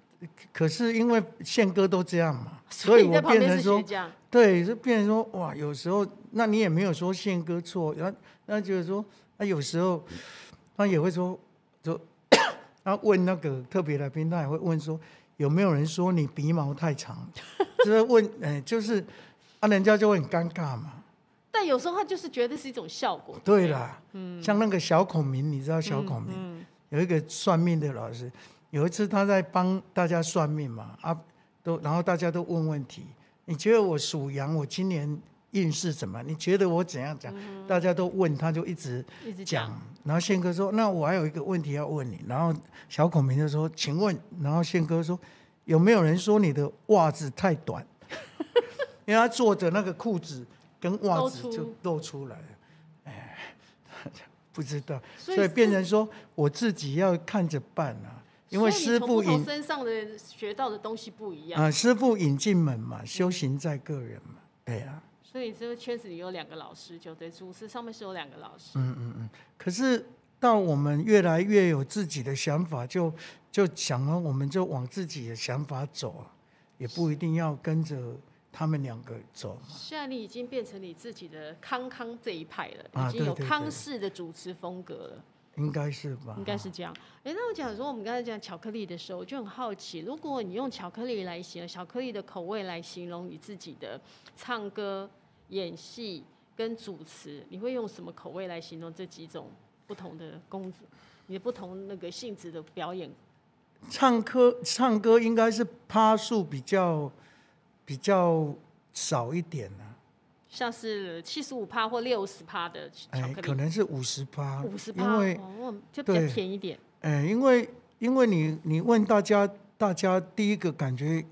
Speaker 1: 可是因为宪哥都这样嘛，
Speaker 2: 所
Speaker 1: 所以
Speaker 2: 你
Speaker 1: 我
Speaker 2: 在旁
Speaker 1: 变
Speaker 2: 边
Speaker 1: 成
Speaker 2: 是学
Speaker 1: 说，
Speaker 2: 这样，
Speaker 1: 对，就变成说，哇，有时候那你也没有说宪哥错，然后那就是说，那有时候他也会说，说他问那个特别来宾，他也会问说有没有人说你鼻毛太长， 就是问，哎，就是啊，人家就会很尴尬嘛。
Speaker 2: 但有时候他就是觉得是一种效果。
Speaker 1: 对啦，嗯，像那个小孔明，你知道小孔明、有一个算命的老师，有一次他在帮大家算命嘛，啊，都然后大家都问问题，你觉得我属羊，我今年运势怎么样？你觉得我怎样讲？大家都问，他就一直
Speaker 2: 一直
Speaker 1: 讲
Speaker 2: 讲，。
Speaker 1: 然后宪哥说：“那我还有一个问题要问你。”然后小孔明就说：“请问。”然后宪哥说：“有没有人说你的袜子太短？” 因为他坐着那个裤子跟袜子
Speaker 2: 露出
Speaker 1: 就露出来了。哎， 不知道，
Speaker 2: 所
Speaker 1: 所
Speaker 2: 以
Speaker 1: 以变成说我自己要看着办啊，因为
Speaker 2: 所以你
Speaker 1: 师
Speaker 2: 从
Speaker 1: 傅
Speaker 2: 不同
Speaker 1: 引
Speaker 2: 身上的学到的东西不一样，
Speaker 1: 啊、师傅引进门嘛，修行在个人嘛，对啊。
Speaker 2: 所以这个圈子里有两个老师，就对，主持上面是有两个老师。
Speaker 1: 嗯可是到我们越来越有自己的想法，就就想了，我们就往自己的想法走啊，也不一定要跟着他们两个走。
Speaker 2: 现在你已经变成你自己的康康这一派了，
Speaker 1: 啊
Speaker 2: 已经有
Speaker 1: 对对对
Speaker 2: 康氏的主持风格了，
Speaker 1: 应该是吧？
Speaker 2: 应该是这样。哎，那我讲说我们刚才讲巧克力的时候，我就很好奇，如果你用巧克力来形容巧克力的口味来形容你自己的唱歌、演戏、跟主持，你会用什么口味来形容这几种不同的工作？你的不同那个性质的表演
Speaker 1: 唱歌唱歌应该是趴数比较比较少一点啊，
Speaker 2: 像是七十五趴或六十趴的巧
Speaker 1: 哎，
Speaker 2: 克
Speaker 1: 可
Speaker 2: 力，
Speaker 1: 能是五十趴，
Speaker 2: 五十趴
Speaker 1: 因为
Speaker 2: 哦，就比较
Speaker 1: 对
Speaker 2: 甜一点。
Speaker 1: 哎，因为因为你你问大家，大家第一个感觉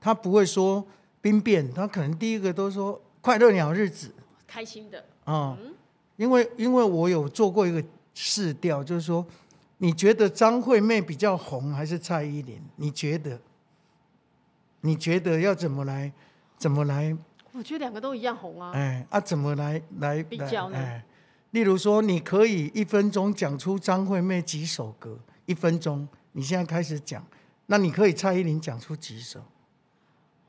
Speaker 1: 他不会说兵变，他可能第一个都说快乐鸟日子
Speaker 2: 开心的，
Speaker 1: 啊、
Speaker 2: 嗯
Speaker 1: 因为因为我有做过一个试调，就是说你觉得张惠妹比较红还是蔡依林？你觉得？你觉得要怎么来怎么来
Speaker 2: 我觉得两个都一样红啊。
Speaker 1: 哎，啊，怎么来来
Speaker 2: 比较呢
Speaker 1: 来哎，例如说，你可以一分钟讲出张惠妹几首歌，一分钟，你现在开始讲，那你可以蔡依林讲出几首？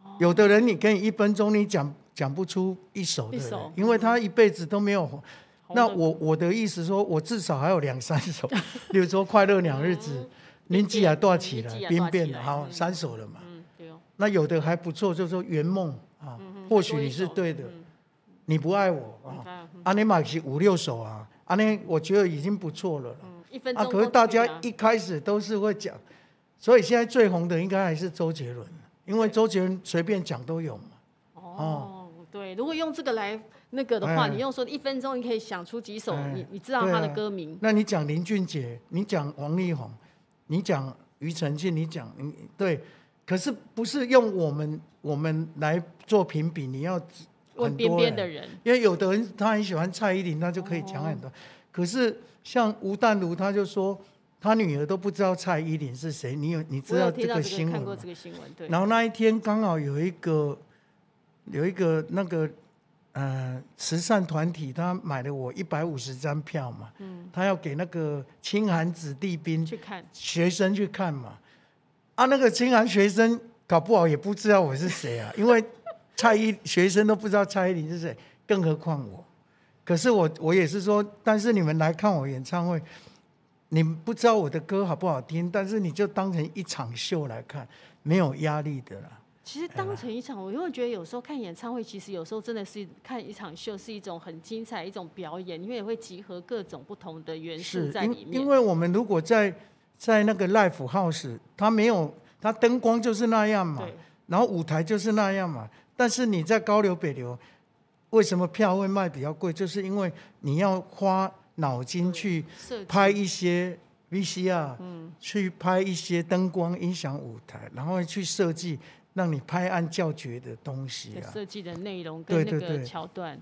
Speaker 2: 哦
Speaker 1: 有的人你可以一分钟你讲讲不出一首的
Speaker 2: 一
Speaker 1: 人，
Speaker 2: 首
Speaker 1: 因为他一辈子都没有红。
Speaker 2: 红
Speaker 1: 那
Speaker 2: 的
Speaker 1: 我我的意思说，我至少还有两三 首，例如说《快乐鸟日
Speaker 2: 嗯
Speaker 1: 子》林吉雅多起来
Speaker 2: 林，吉雅
Speaker 1: 兵
Speaker 2: 带啊起
Speaker 1: 变
Speaker 2: 来
Speaker 1: 好
Speaker 2: 嗯
Speaker 1: 三首了嘛。
Speaker 2: 嗯，对哦，
Speaker 1: 那有的还不错，就是说圆梦啊
Speaker 2: 嗯，哼嗯
Speaker 1: 或许你是对的，你不爱我啊
Speaker 2: 你，看，
Speaker 1: 安尼嘛是五六首啊，安尼我觉得已经不错了啦。
Speaker 2: 嗯，一分钟
Speaker 1: 啊，
Speaker 2: 都
Speaker 1: 可
Speaker 2: 不
Speaker 1: 是
Speaker 2: 一
Speaker 1: 大家
Speaker 2: 样
Speaker 1: 一开始都是会讲，所以现在最红的应该还是周杰伦，因为周杰伦随便讲都有嘛。
Speaker 2: 哦，对，如果用这个来那个的话，
Speaker 1: 哎
Speaker 2: 你用说一分钟，你可以想出几首，
Speaker 1: 哎
Speaker 2: 你你知道
Speaker 1: 对
Speaker 2: 他
Speaker 1: 啊
Speaker 2: 的歌名，
Speaker 1: 那你讲林俊杰，你讲王力宏，你讲庾澄庆，你讲你对，可是不是用我们我们来做评比？你要
Speaker 2: 问
Speaker 1: 很
Speaker 2: 边
Speaker 1: 多
Speaker 2: 边
Speaker 1: 人
Speaker 2: 的人，
Speaker 1: 因为有的人他很喜欢蔡依林，他就可以讲很
Speaker 2: 哦
Speaker 1: 多。可是像吴淡如，他就说他女儿都不知道蔡依林是谁。你有你知
Speaker 2: 我有
Speaker 1: 道
Speaker 2: 听
Speaker 1: 这
Speaker 2: 到
Speaker 1: 个
Speaker 2: 这
Speaker 1: 新闻
Speaker 2: 个，看过
Speaker 1: 吗？
Speaker 2: 这个新闻，对，
Speaker 1: 然后那一天刚好有一个有一个那个呃慈善团体，他买了我一百五十张票嘛，他要给那个清寒子弟兵
Speaker 2: 去看，
Speaker 1: 学生去看嘛。啊，那个清寒学生搞不好也不知道我是谁啊， 因为蔡依学生都不知道蔡依林是谁，更何况我。可是我我也是说，但是你们来看我演唱会，你们不知道我的歌好不好听，但是你就当成一场秀来看，没有压力的啦。
Speaker 2: 其
Speaker 1: 哎
Speaker 2: 实当成一场，我因为觉得有时候看演唱会，其实有时候真的是看一场秀，是一种很精彩一种表演，因为也会集合各种不同的元素
Speaker 1: 是
Speaker 2: 在里
Speaker 1: 因因
Speaker 2: 面。
Speaker 1: 为我们如果在在那个 l i f e house，它没有它灯光就是那样嘛，
Speaker 2: 对，
Speaker 1: 然后舞台就是那样嘛。但是你在高流北流，为什么票会卖比较贵？就是因为你要花脑筋去
Speaker 2: 设计
Speaker 1: 拍一些 VCR，、去
Speaker 2: 嗯
Speaker 1: 拍一些灯光、音响、舞台，然后去设计让你拍案叫绝的东西
Speaker 2: 的
Speaker 1: 啊。
Speaker 2: 设计的内容跟
Speaker 1: 对对
Speaker 2: 那个
Speaker 1: 对
Speaker 2: 桥段。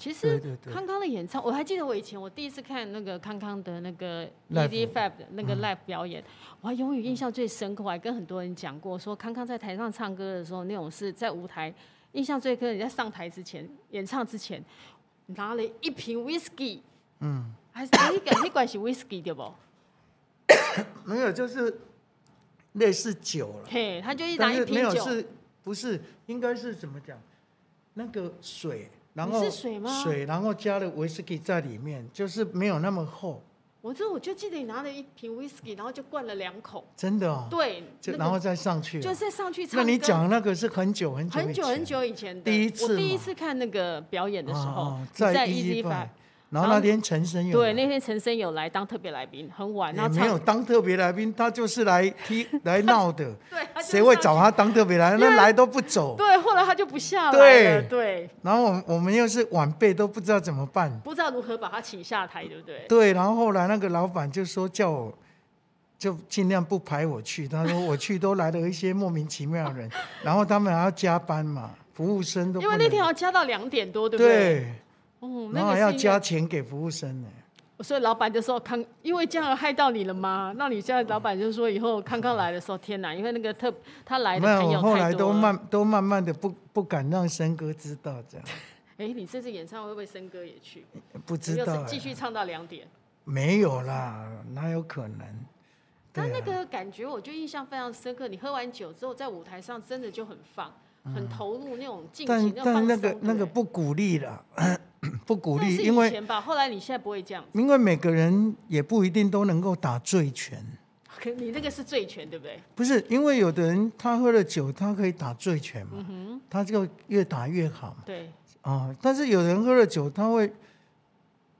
Speaker 2: 其
Speaker 1: 对
Speaker 2: 实
Speaker 1: 对对，
Speaker 2: 康康的演唱，我还记得我以前我第一次看那个康康的那个
Speaker 1: Live 嗯
Speaker 2: EZ Fab 的那个 live 表演，我还永远印象最深刻。我还跟很多人讲过，说康康在台上唱歌的时候，那种是在舞台印象最深刻。你在上台之前，演唱之前，拿了一瓶 whisky，嗯，还是你管你管是 whisky 对不？
Speaker 1: 没有就是类似酒了。
Speaker 2: 嘿，他就一拿
Speaker 1: 但
Speaker 2: 一
Speaker 1: 是没
Speaker 2: 瓶
Speaker 1: 有
Speaker 2: 酒，
Speaker 1: 是不是应该是怎么讲？那个水，然
Speaker 2: 你
Speaker 1: 后
Speaker 2: 是水吗
Speaker 1: 水然后加了威士忌在里面，就是没有那么厚，
Speaker 2: 我这我就记得你拿了一瓶 whisky，然后就灌了两口，
Speaker 1: 真的哦。
Speaker 2: 对，
Speaker 1: 就
Speaker 2: 那个
Speaker 1: 然后再上去
Speaker 2: 就
Speaker 1: 了。
Speaker 2: 是上去唱
Speaker 1: 啊那你
Speaker 2: 歌
Speaker 1: 讲那个是很久很久
Speaker 2: 很
Speaker 1: 以
Speaker 2: 久
Speaker 1: 前啊
Speaker 2: 很久以前的，
Speaker 1: 第一次
Speaker 2: 我第一
Speaker 1: 嘛
Speaker 2: 次看那个表演的时候，
Speaker 1: 啊啊
Speaker 2: 你在
Speaker 1: 在
Speaker 2: EZ
Speaker 1: Easy
Speaker 2: f
Speaker 1: Five
Speaker 2: i，
Speaker 1: 然后那天陈升有
Speaker 2: 对，
Speaker 1: 来
Speaker 2: 那天陈升有来当特别来宾，很晚，然
Speaker 1: 也
Speaker 2: 后
Speaker 1: 没
Speaker 2: 唱
Speaker 1: 有当特别来宾，他就是来 踢来闹的，
Speaker 2: 对，他就
Speaker 1: 谁会
Speaker 2: 上
Speaker 1: 找他当特别来宾？那来都不
Speaker 2: 去？
Speaker 1: 走。
Speaker 2: 啊对，后来他就不下来了，
Speaker 1: 对
Speaker 2: 对，
Speaker 1: 然后我们我们又是晚辈，都不知道怎么办。
Speaker 2: 不知道如何把他请下台，对不对？
Speaker 1: 对，然后后来那个老板就说叫我，就尽量不排我去。他说我去都来了一些莫名其妙 的人，然后他们还要加班嘛，服务生都不
Speaker 2: 因为
Speaker 1: 能
Speaker 2: 那天要加到两点多，对不对？
Speaker 1: 对，
Speaker 2: 嗯，那
Speaker 1: 然后
Speaker 2: 个
Speaker 1: 还
Speaker 2: 是
Speaker 1: 要
Speaker 2: 因为
Speaker 1: 加，钱给服务生呢。
Speaker 2: 所以老板就说康，因为这样害到你了吗？那你现在老板就说以后康康来的时候，天哪，因为那个特他来的
Speaker 1: 没有，
Speaker 2: 朋
Speaker 1: 我
Speaker 2: 友
Speaker 1: 后
Speaker 2: 太
Speaker 1: 来
Speaker 2: 多
Speaker 1: 都
Speaker 2: 了。
Speaker 1: 慢都慢慢的不不敢让森哥知道 这样，
Speaker 2: 哎，你这次演唱会会不会森哥也去？
Speaker 1: 不知
Speaker 2: 你
Speaker 1: 道
Speaker 2: 又是继
Speaker 1: 哎
Speaker 2: 续唱到两点。
Speaker 1: 没有啦，哪有可能？
Speaker 2: 他
Speaker 1: 对
Speaker 2: 那
Speaker 1: 啊，
Speaker 2: 个感觉，我就印象非常深刻。你喝完酒之后，在舞台上真的就很放，很投入那种尽
Speaker 1: 但
Speaker 2: 情，种
Speaker 1: 但
Speaker 2: 放
Speaker 1: 那
Speaker 2: 松
Speaker 1: 个那个
Speaker 2: 对
Speaker 1: 不鼓励啦， 不鼓
Speaker 2: 不对
Speaker 1: 励，
Speaker 2: 那是
Speaker 1: 因为
Speaker 2: 以前吧，后来你现在不会这样，
Speaker 1: 因为每个人也不一定都能够打醉拳，
Speaker 2: 可 你那个是醉拳，对不对？
Speaker 1: 不是因为有的人他喝了酒，他可以打醉拳
Speaker 2: 嗯
Speaker 1: 嘛，他就越打越好嘛
Speaker 2: 对，
Speaker 1: 啊。但是有人喝了酒，他会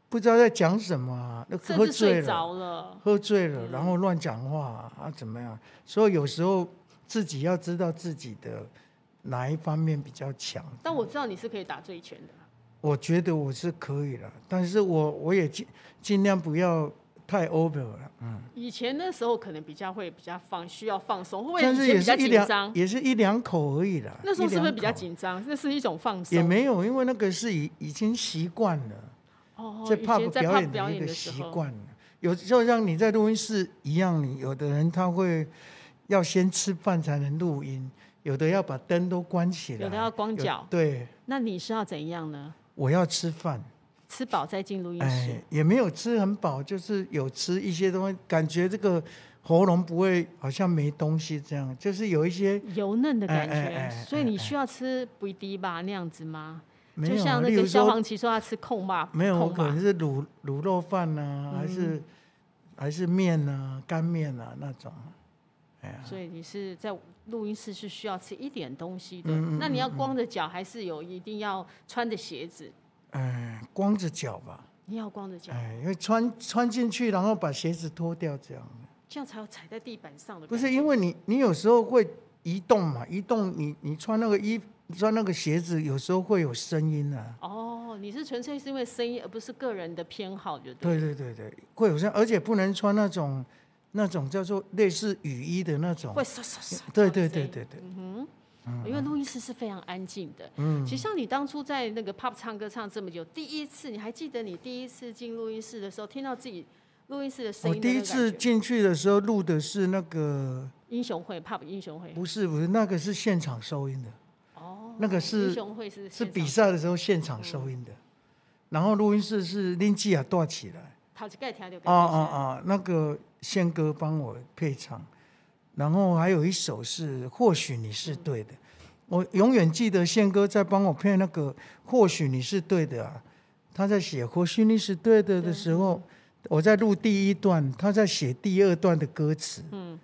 Speaker 1: 不知道在讲什么、啊，那
Speaker 2: 甚
Speaker 1: 喝
Speaker 2: 至
Speaker 1: 醉
Speaker 2: 睡
Speaker 1: 了，
Speaker 2: 着了。
Speaker 1: 喝醉
Speaker 2: 嗯
Speaker 1: 了，然后乱讲话啊，怎么样？所以有时候自己要知道自己的哪一方面比较强。
Speaker 2: 但我知道你是可以打醉拳的。
Speaker 1: 我觉得我是可以了，但是我我也尽尽量不要太 over 了，嗯，
Speaker 2: 以前那时候可能比较会比较放，需要放松，会不会
Speaker 1: 但
Speaker 2: 以
Speaker 1: 是
Speaker 2: 前
Speaker 1: 也
Speaker 2: 比较
Speaker 1: 是一
Speaker 2: 紧
Speaker 1: 两
Speaker 2: 张？
Speaker 1: 也是一两口而已啦。
Speaker 2: 那时候是不是
Speaker 1: 一两口
Speaker 2: 比较？紧张？那是一种放
Speaker 1: 也
Speaker 2: 松。
Speaker 1: 没有，因为那个是已已经习惯了，
Speaker 2: 哦，
Speaker 1: 在
Speaker 2: 以
Speaker 1: pub
Speaker 2: 前在
Speaker 1: 表
Speaker 2: pub
Speaker 1: 演
Speaker 2: 表
Speaker 1: 的一
Speaker 2: 演
Speaker 1: 个
Speaker 2: 的时
Speaker 1: 习
Speaker 2: 候，
Speaker 1: 惯了。有就像你在录音室一样，你有的人他会要先吃饭才能录音，有的要把灯都关起来，
Speaker 2: 有的要光
Speaker 1: 有
Speaker 2: 脚。
Speaker 1: 对，
Speaker 2: 那你是要怎样呢？
Speaker 1: 我要吃饭。
Speaker 2: 吃饱再进录音室
Speaker 1: 哎，也没有吃很饱，就是有吃一些东西，感觉这个喉咙不会好像没东西这样，就是有一些
Speaker 2: 油嫩的感
Speaker 1: 哎哎哎
Speaker 2: 觉，
Speaker 1: 哎
Speaker 2: 所以你需要吃不滴吧那样子吗？
Speaker 1: 没
Speaker 2: 就
Speaker 1: 有啊，
Speaker 2: 像
Speaker 1: 例
Speaker 2: 那
Speaker 1: 如
Speaker 2: 个萧
Speaker 1: 说
Speaker 2: 煌奇说他吃控吧，
Speaker 1: 没有，
Speaker 2: 控
Speaker 1: 可能
Speaker 2: 吧，嗯
Speaker 1: 是卤卤肉饭呐、还是、还是面呐、干面呐、那种。哎呀，
Speaker 2: 所以你是在录音室是需要吃一点东西的。
Speaker 1: 嗯嗯
Speaker 2: 那你要光着脚，还是有一定要穿着鞋子？
Speaker 1: 哎，光着脚吧，
Speaker 2: 你要光着脚，
Speaker 1: 哎，因为穿穿进去，然后把鞋子脱掉这样。
Speaker 2: 这样才有踩在地板上的感觉。
Speaker 1: 不是因为你，你有时候会移动嘛，移动你你穿那个衣穿那个鞋子，有时候会有声音啊。
Speaker 2: 哦，你是纯粹是因为声音，而不是个人的偏好，就对。
Speaker 1: 对对对对，会有这样，而且不能穿那种那种叫做类似雨衣的那种
Speaker 2: 会。唰唰唰。
Speaker 1: 对对对。对对，
Speaker 2: 因为录音室是非常安静的。
Speaker 1: 嗯
Speaker 2: 其实像你当初在那个 pop 唱歌唱这么久，第一次你还记得你第一次进录音室的时候，听到自己录音室的声
Speaker 1: 我
Speaker 2: 音的
Speaker 1: 第
Speaker 2: 那
Speaker 1: 一
Speaker 2: 个感觉？
Speaker 1: 次进去的时候录的是那个，
Speaker 2: 英雄会 pop 英雄会。
Speaker 1: 不是不是，那个是现场收音的，
Speaker 2: 哦。
Speaker 1: 那个是
Speaker 2: 英雄会是
Speaker 1: 是
Speaker 2: 现
Speaker 1: 比
Speaker 2: 场
Speaker 1: 赛的时候现场收音的。然后录音室是林吉亚带起来，
Speaker 2: 头一盖听就感觉
Speaker 1: 啊啊
Speaker 2: 是。
Speaker 1: 啊，那个宪哥帮我配唱，然后还有一首是《或许你是对的》，我永远记得宪哥在帮我配那个《或许你是对的》啊，他在写《或许你是对的》的时候，我在录第一段，他在写第二段的歌词，
Speaker 2: 嗯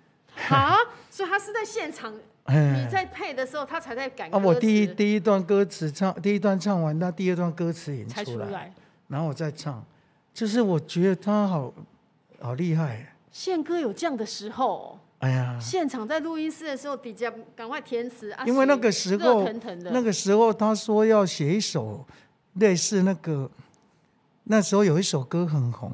Speaker 2: 啊，所以他是在现场，你
Speaker 1: 嗯。
Speaker 2: 在配的时候，他才在感
Speaker 1: 啊！
Speaker 2: 歌词。
Speaker 1: 我第一第一段歌词唱，第一段唱完，他第二段歌词已
Speaker 2: 才
Speaker 1: 经
Speaker 2: 出
Speaker 1: 出来，
Speaker 2: 来。
Speaker 1: 然后我再唱，就是我觉得他好好厉害，
Speaker 2: 宪哥有这样的时候哦、
Speaker 1: 哎呀！
Speaker 2: 现场在录音室的时候，底下赶快填词啊，
Speaker 1: 因为那个时
Speaker 2: 热
Speaker 1: 候，
Speaker 2: 腾腾的，
Speaker 1: 那个时候他说要写一首类似那个，那时候有一首歌很红，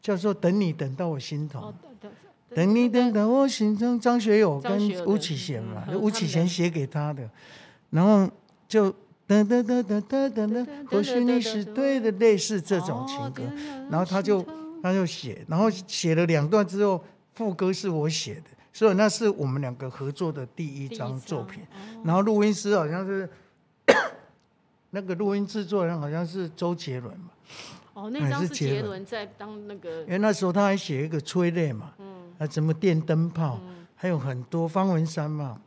Speaker 1: 叫做《等你等到我心痛》。
Speaker 2: 哦，对对
Speaker 1: 等你等到我心痛，张学友
Speaker 2: 张学友
Speaker 1: 跟
Speaker 2: 的
Speaker 1: 吴启贤嘛，
Speaker 2: 嗯嗯
Speaker 1: 吴启贤写给他的，然后就哒哒哒哒哒哒哒，或许你是对的，类似这种情
Speaker 2: 哦
Speaker 1: 歌，然后他就他就写，然后写了两段之后，副歌是我写的，所以那是我们两个合作的第一张哦作品。然后录音师好像是那个录音制作人好像是周杰伦嘛，
Speaker 2: 哦，那
Speaker 1: 哎
Speaker 2: 张是
Speaker 1: 是杰
Speaker 2: 杰
Speaker 1: 伦
Speaker 2: 伦在当那个
Speaker 1: 因为那时候他还写一个催泪嘛，嗯，啊，什么电灯泡，还有很多方文山嘛。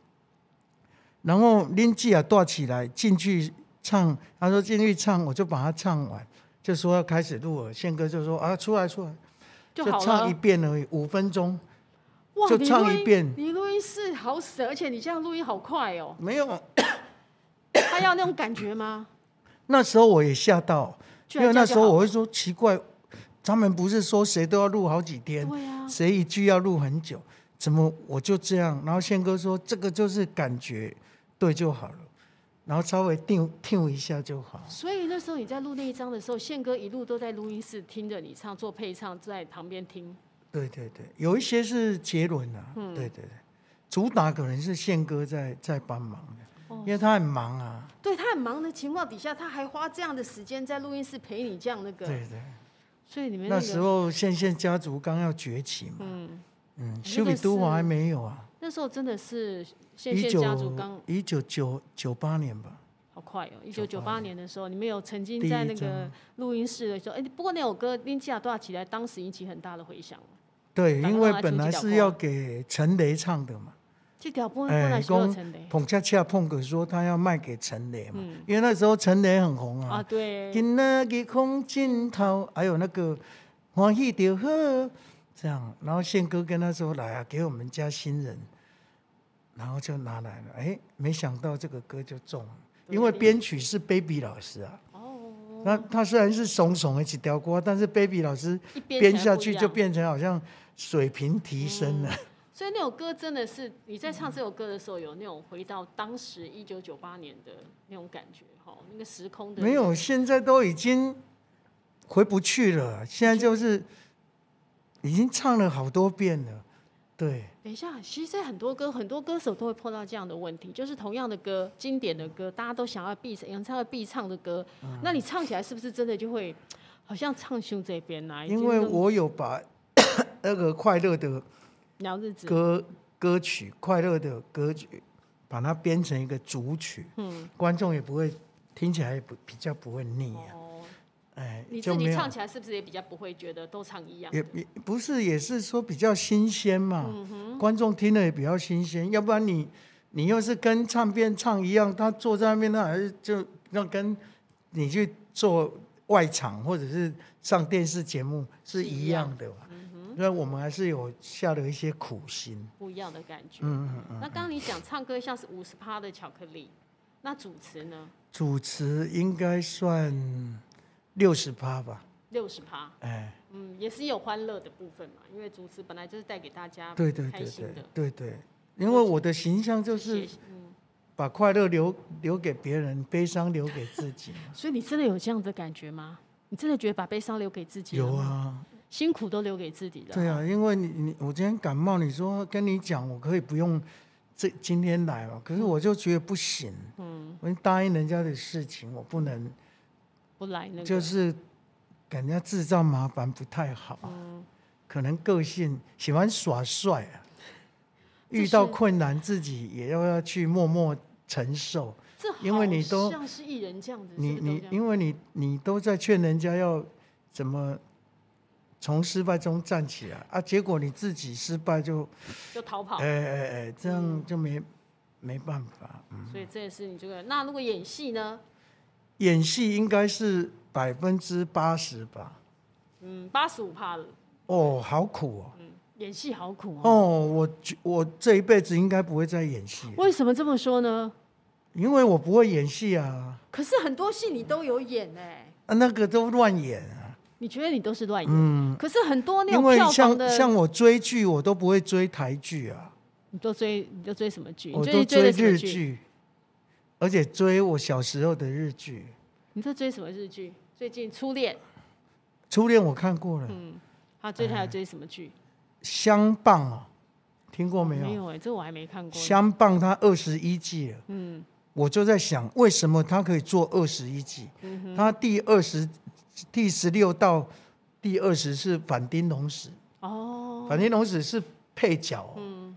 Speaker 1: 然后林记啊，带起来进去唱，他说进去唱，我就把它唱完，就说要开始录了。宪哥就说啊，出来出来，
Speaker 2: 就好
Speaker 1: 唱一
Speaker 2: 了，
Speaker 1: 遍而已，五分钟，
Speaker 2: 哇，
Speaker 1: 就
Speaker 2: 你
Speaker 1: 唱
Speaker 2: 录
Speaker 1: 一
Speaker 2: 音
Speaker 1: 遍，
Speaker 2: 你录音室好省，而且你这样录音好快哦
Speaker 1: 没有。
Speaker 2: 他要那种感觉 吗？
Speaker 1: 那时候我也吓到，
Speaker 2: 居
Speaker 1: 因
Speaker 2: 然
Speaker 1: 为那时
Speaker 2: 这样就
Speaker 1: 候
Speaker 2: 好
Speaker 1: 我会说奇怪，他们不是说谁都要录好几天，
Speaker 2: 对啊呀，
Speaker 1: 谁一句要录很久，怎么我就这样？然后宪哥说这个就是感觉对就好了，然后稍微定定一下就好。
Speaker 2: 所以那时候你在录那一张的时候，宪哥一路都在录音室听着你唱，做配唱，在旁边听。
Speaker 1: 对对对，有一些是杰伦啊，
Speaker 2: 嗯
Speaker 1: 对对对，主打可能是宪哥在在帮忙的，
Speaker 2: 哦
Speaker 1: 因为他很忙啊。
Speaker 2: 对他很忙的情况底下，他还花这样的时间在录音室陪你这样那
Speaker 1: 对
Speaker 2: 个，
Speaker 1: 对，
Speaker 2: 所以你们
Speaker 1: 那
Speaker 2: 个
Speaker 1: 时候宪宪家族刚要崛起嘛，
Speaker 2: 嗯，
Speaker 1: 嗯，修比都华还没有啊，
Speaker 2: 那时候真的是宪
Speaker 1: 一
Speaker 2: 宪
Speaker 1: 九
Speaker 2: 家族刚
Speaker 1: 一九九九八年吧。
Speaker 2: 好快哦！一九九八年的时候，你们有曾经
Speaker 1: 第一
Speaker 2: 在那个
Speaker 1: 张
Speaker 2: 录音室的时候，哎，不过那首歌《拎起亚多少起来》当时引起很大的回响。
Speaker 1: 对，
Speaker 2: 反
Speaker 1: 因
Speaker 2: 正
Speaker 1: 为
Speaker 2: 后来
Speaker 1: 本
Speaker 2: 出
Speaker 1: 来
Speaker 2: 去了
Speaker 1: 是
Speaker 2: 过
Speaker 1: 要给陈雷唱的嘛，
Speaker 2: 这条波
Speaker 1: 哎
Speaker 2: 本来是有
Speaker 1: 讲
Speaker 2: 成的
Speaker 1: 彭恰恰碰哥说他要卖给陈雷嘛，
Speaker 2: 嗯
Speaker 1: 因为那时候陈雷很红
Speaker 2: 啊，
Speaker 1: 啊。
Speaker 2: 对，
Speaker 1: 哎今仔日空尽头，还有那个欢喜就好，这样，然后宪哥跟他说：“来啊，给我们家新人。”然后就拿来了，哎，没想到这个歌就中了，因为编曲是 Baby 老师啊。
Speaker 2: 哦，
Speaker 1: 那他虽然是怂怂的几条锅，但是 Baby 老师
Speaker 2: 一编
Speaker 1: 编
Speaker 2: 起来
Speaker 1: 下
Speaker 2: 不一
Speaker 1: 去就
Speaker 2: 样嗯
Speaker 1: 变成好像水平提升了。
Speaker 2: 所以那首歌真的是你在唱这首歌的时候，有那种回到当时一九九八年的那种感觉，哈，那个时空的
Speaker 1: 没有，现在都已经回不去了，现在就是已经唱了好多遍了，对。
Speaker 2: 等一下，其实很多歌，很多歌手都会碰到这样的问题，就是同样的歌，经典的歌，大家都想要必演唱会必唱的歌，
Speaker 1: 嗯
Speaker 2: 那你唱起来是不是真的就会好像唱胸这边啊来、
Speaker 1: 因为
Speaker 2: 就是
Speaker 1: 我有把 那个快乐的
Speaker 2: 聊日子，
Speaker 1: 歌歌曲、快乐的歌曲，把它编成一个主曲，
Speaker 2: 嗯，
Speaker 1: 观众也不会听起来也不比较不会腻啊，
Speaker 2: 哦，
Speaker 1: 哎
Speaker 2: 你，
Speaker 1: 就
Speaker 2: 自
Speaker 1: 没
Speaker 2: 己
Speaker 1: 有
Speaker 2: 唱起来是不是也比较不会觉得都唱一样嗯
Speaker 1: 也
Speaker 2: 的？
Speaker 1: 也不是也是说比较新鲜嘛，观众听了也比较新鲜，要不然你你又是跟唱片唱一样，他坐在那边，他还是就那跟你去做外场或者是上电视节目是
Speaker 2: 是一嗯
Speaker 1: 一样的嘛，那我们还是有下了一些苦心。
Speaker 2: 不一样的感觉。
Speaker 1: 嗯嗯嗯，
Speaker 2: 那刚刚你讲唱歌像是五十趴的巧克力，那主持呢
Speaker 1: 主持应该算六十趴吧，
Speaker 2: 六十趴，
Speaker 1: 哎，
Speaker 2: 嗯，也是有欢乐的部分嘛，因为主持本来就是带给大家
Speaker 1: 对对
Speaker 2: 啊开
Speaker 1: 对
Speaker 2: 心
Speaker 1: 对
Speaker 2: 的，
Speaker 1: 对对，因为我的形象就是
Speaker 2: 谢谢嗯
Speaker 1: 把快乐留留给别人，悲伤留给自己嘛。
Speaker 2: 所以你真的有这样的感觉吗？你真的觉得把悲伤留给自己？
Speaker 1: 有，啊，
Speaker 2: 辛苦都留给自己了。
Speaker 1: 对啊，因为你你我今天感冒，你说跟你讲我可以不用这今天来嘛，
Speaker 2: 嗯
Speaker 1: 可是我就觉得不行，嗯，我答应人家的事情我不能，
Speaker 2: 不来那个，
Speaker 1: 就是给人家制造麻烦不太好，
Speaker 2: 嗯
Speaker 1: 可能个性喜欢耍帅啊，
Speaker 2: 这是
Speaker 1: 遇到困难自己也要要去默默承受，
Speaker 2: 这好
Speaker 1: 因为你都
Speaker 2: 像是艺人这样子，
Speaker 1: 你
Speaker 2: 嗯是不是都
Speaker 1: 你
Speaker 2: 这样
Speaker 1: 因为你你都在劝人家要怎么从失败中站起来啊，结果你自己失败就
Speaker 2: 就逃跑
Speaker 1: 哎。哎哎，这样就没、没办法。
Speaker 2: 所以这也是你这个。那如果演戏呢？
Speaker 1: 演戏应该是百分之八十吧，
Speaker 2: 嗯，八十五趴了。
Speaker 1: 哦，好苦哦。
Speaker 2: 嗯，演戏好苦哦。
Speaker 1: 哦，我觉我这一辈子应该不会再演戏，
Speaker 2: 为什么这么说呢？
Speaker 1: 因为我不会演戏啊，
Speaker 2: 可是很多戏你都有演哎、
Speaker 1: 啊那个都乱演啊。
Speaker 2: 你觉得你都是乱演？
Speaker 1: 嗯，
Speaker 2: 可是很多哦那
Speaker 1: 因
Speaker 2: 种
Speaker 1: 为
Speaker 2: 票房
Speaker 1: 像
Speaker 2: 的，
Speaker 1: 像我追剧，我都不会追台剧啊，
Speaker 2: 你都追，你都追什么剧？你
Speaker 1: 我
Speaker 2: 最
Speaker 1: 都
Speaker 2: 近
Speaker 1: 追
Speaker 2: 追的什么
Speaker 1: 日
Speaker 2: 剧？
Speaker 1: 剧，而且追我小时候的日剧。
Speaker 2: 你在追什么日剧？最近《初恋》，
Speaker 1: 初恋我看过了，
Speaker 2: 嗯，他最
Speaker 1: 哎
Speaker 2: 近还有追什么剧？
Speaker 1: 相棒哦，听过没
Speaker 2: 没
Speaker 1: 有？
Speaker 2: 有哎、这我还没看过。
Speaker 1: 相棒它二十一季了，
Speaker 2: 嗯，
Speaker 1: 我就在想，为什么它可以做二十一季？
Speaker 2: 嗯
Speaker 1: 它第二十、第十六到第二十是反町隆史。
Speaker 2: 哦，嗯
Speaker 1: 反町隆史是配角、哦，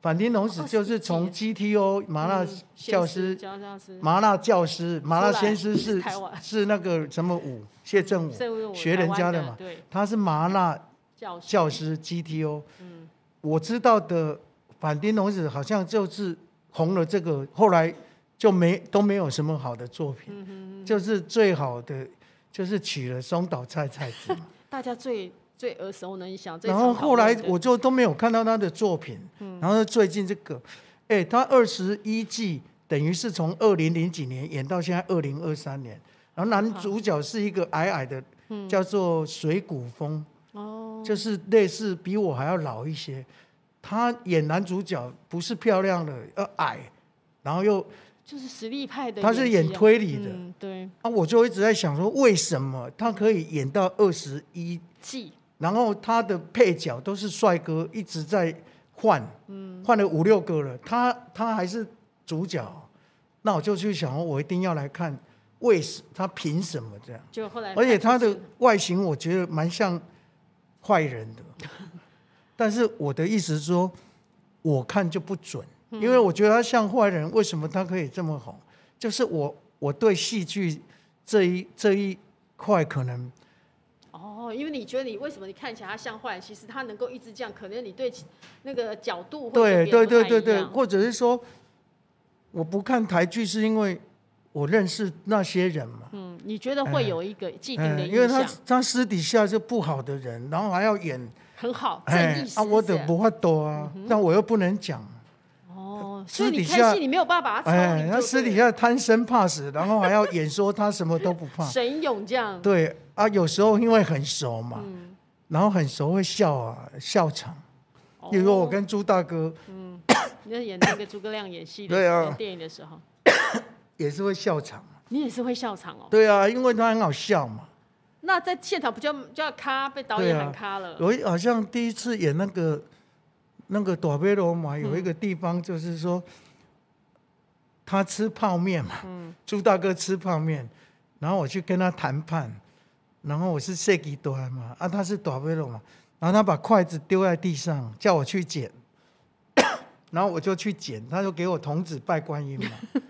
Speaker 1: 反町隆史就是从
Speaker 2: 哦
Speaker 1: GTO 麻辣
Speaker 2: 嗯
Speaker 1: 教
Speaker 2: 先
Speaker 1: 师、嗯
Speaker 2: 教教师，
Speaker 1: 麻辣教师、麻辣先师
Speaker 2: 是
Speaker 1: 是
Speaker 2: 台湾
Speaker 1: 是那个什么武谢振武
Speaker 2: 这位我
Speaker 1: 学人家的嘛
Speaker 2: 台湾，对，
Speaker 1: 他是麻辣
Speaker 2: 教师，
Speaker 1: 教师 GTO。我知道的反町隆史好像就是红了这个，后来就没都没有什么好的作品，就是最好的就是娶了松岛菜菜子嘛。
Speaker 2: 大家最最耳熟能详。最
Speaker 1: 然后
Speaker 2: 常讨
Speaker 1: 后来
Speaker 2: 论的
Speaker 1: 我就都没有看到他的作品，然后最近这个，哎，他二十一季等于是从二零零几年演到现在二零二三年，然后男主角是一个矮矮的，叫做水谷丰，
Speaker 2: 哦，
Speaker 1: 就是类似比我还要老一些，他演男主角不是漂亮的，要矮，然后又
Speaker 2: 就是实力派的技啊，
Speaker 1: 他是演推理的，
Speaker 2: 嗯，对，
Speaker 1: 啊，我就一直在想说为什么他可以演到二十一
Speaker 2: 技
Speaker 1: 然后他的配角都是帅哥，一直在换，换了五六个了，他他还是主角，那我就去想，我一定要来看，为什他凭什么这样？
Speaker 2: 就后来看
Speaker 1: 而
Speaker 2: 出
Speaker 1: 且
Speaker 2: 是，
Speaker 1: 他的外形我觉得蛮像坏人的， 但是我的意思是说，我看就不准，
Speaker 2: 嗯
Speaker 1: 因为我觉得他像坏人，为什么他可以这么红？就是我我对戏剧这一这一块可能
Speaker 2: 哦，因为你觉得你为什么你看起来他像坏人，其实他能够一直这样，可能你对其那个角度会
Speaker 1: 对
Speaker 2: 跟别
Speaker 1: 对
Speaker 2: 人
Speaker 1: 对
Speaker 2: 不太
Speaker 1: 对
Speaker 2: 一
Speaker 1: 对，
Speaker 2: 样
Speaker 1: 或者是说，我不看台剧是因为我认识那些人嘛，
Speaker 2: 嗯，你觉得会有一个既定的
Speaker 1: 嗯，
Speaker 2: 印
Speaker 1: 哎因为他
Speaker 2: 象，
Speaker 1: 他私底下是不好的人，然后还要演
Speaker 2: 很好，正
Speaker 1: 哎
Speaker 2: 义使
Speaker 1: 啊，我
Speaker 2: 者
Speaker 1: 得不法多啊，
Speaker 2: 嗯
Speaker 1: 但我又不能讲，
Speaker 2: 哦，
Speaker 1: 私
Speaker 2: 所以你
Speaker 1: 底
Speaker 2: 看
Speaker 1: 下
Speaker 2: 戏你没有办法把它抽
Speaker 1: 哎
Speaker 2: 离，
Speaker 1: 那
Speaker 2: 就
Speaker 1: 私
Speaker 2: 对
Speaker 1: 底
Speaker 2: 了，
Speaker 1: 下贪生怕死，然后还要演说他什么都不怕
Speaker 2: 神勇这样，
Speaker 1: 对啊，有时候因为很熟嘛，
Speaker 2: 嗯
Speaker 1: 然后很熟会笑啊，笑场。比如说我
Speaker 2: 哦
Speaker 1: 跟朱大哥
Speaker 2: 你在演那个诸葛亮演戏 的
Speaker 1: 对
Speaker 2: 时
Speaker 1: 啊
Speaker 2: 候电影的时候，
Speaker 1: 也是会笑场，
Speaker 2: 你也是会笑场哦。
Speaker 1: 对啊，因为他很好笑嘛。
Speaker 2: 那在现场不就就要咔被导
Speaker 1: 啊
Speaker 2: 演喊咔了？
Speaker 1: 我好像第一次演那个那个朵贝罗嘛，有一个地方就是说，他吃泡面嘛，朱大哥吃泡面，然后我去跟他谈判，然后我是塞吉多嘛，啊，他是朵贝罗嘛，然后他把筷子丢在地上，叫我去捡， 然后我就去捡，他就给我童子拜观音嘛，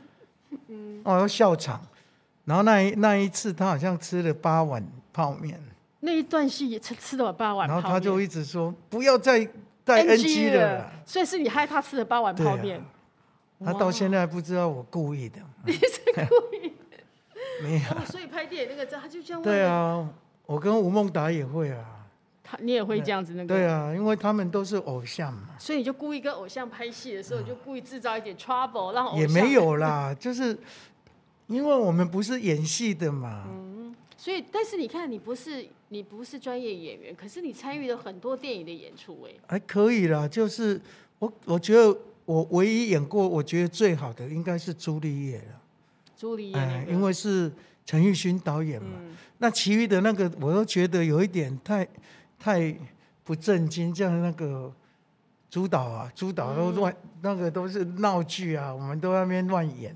Speaker 1: 哦，要笑场，然后那一那一次他好像吃了八碗泡面。
Speaker 2: 那一段戏也吃吃了八碗泡
Speaker 1: 然后
Speaker 2: 面，
Speaker 1: 他就一直说不要再带
Speaker 2: NG
Speaker 1: NG 了啦，
Speaker 2: 所以是你害怕吃了八碗泡
Speaker 1: 对
Speaker 2: 面
Speaker 1: 啊。他到现在不知道我故 意的，你是故意？ 没有，
Speaker 2: 哦，所以拍电影那个他就这样问
Speaker 1: 啊对，啊，我跟吴孟达也会啊，
Speaker 2: 他你也会这样子那个。
Speaker 1: 对啊，因为他们都是偶像嘛，
Speaker 2: 所以你就故意跟偶像拍戏的时候，你就故意制造一点 trouble，让哦偶像
Speaker 1: 也没。有啦， 就是因为我们不是演戏的嘛，
Speaker 2: 嗯所以，但是你看，你不是你不是专业演员，可是你参与了很多电影的演出、哎，
Speaker 1: 还可以啦，就是我我觉得我唯一演过我觉得最好的应该是朱丽叶了。
Speaker 2: 朱丽叶那
Speaker 1: 哎，
Speaker 2: 个，嗯
Speaker 1: 因为是陈奕迅导演嘛，那其余的那个我又觉得有一点太太不正经，像那个主导啊，主导都乱，那个都是闹剧啊，我们都在那边乱演。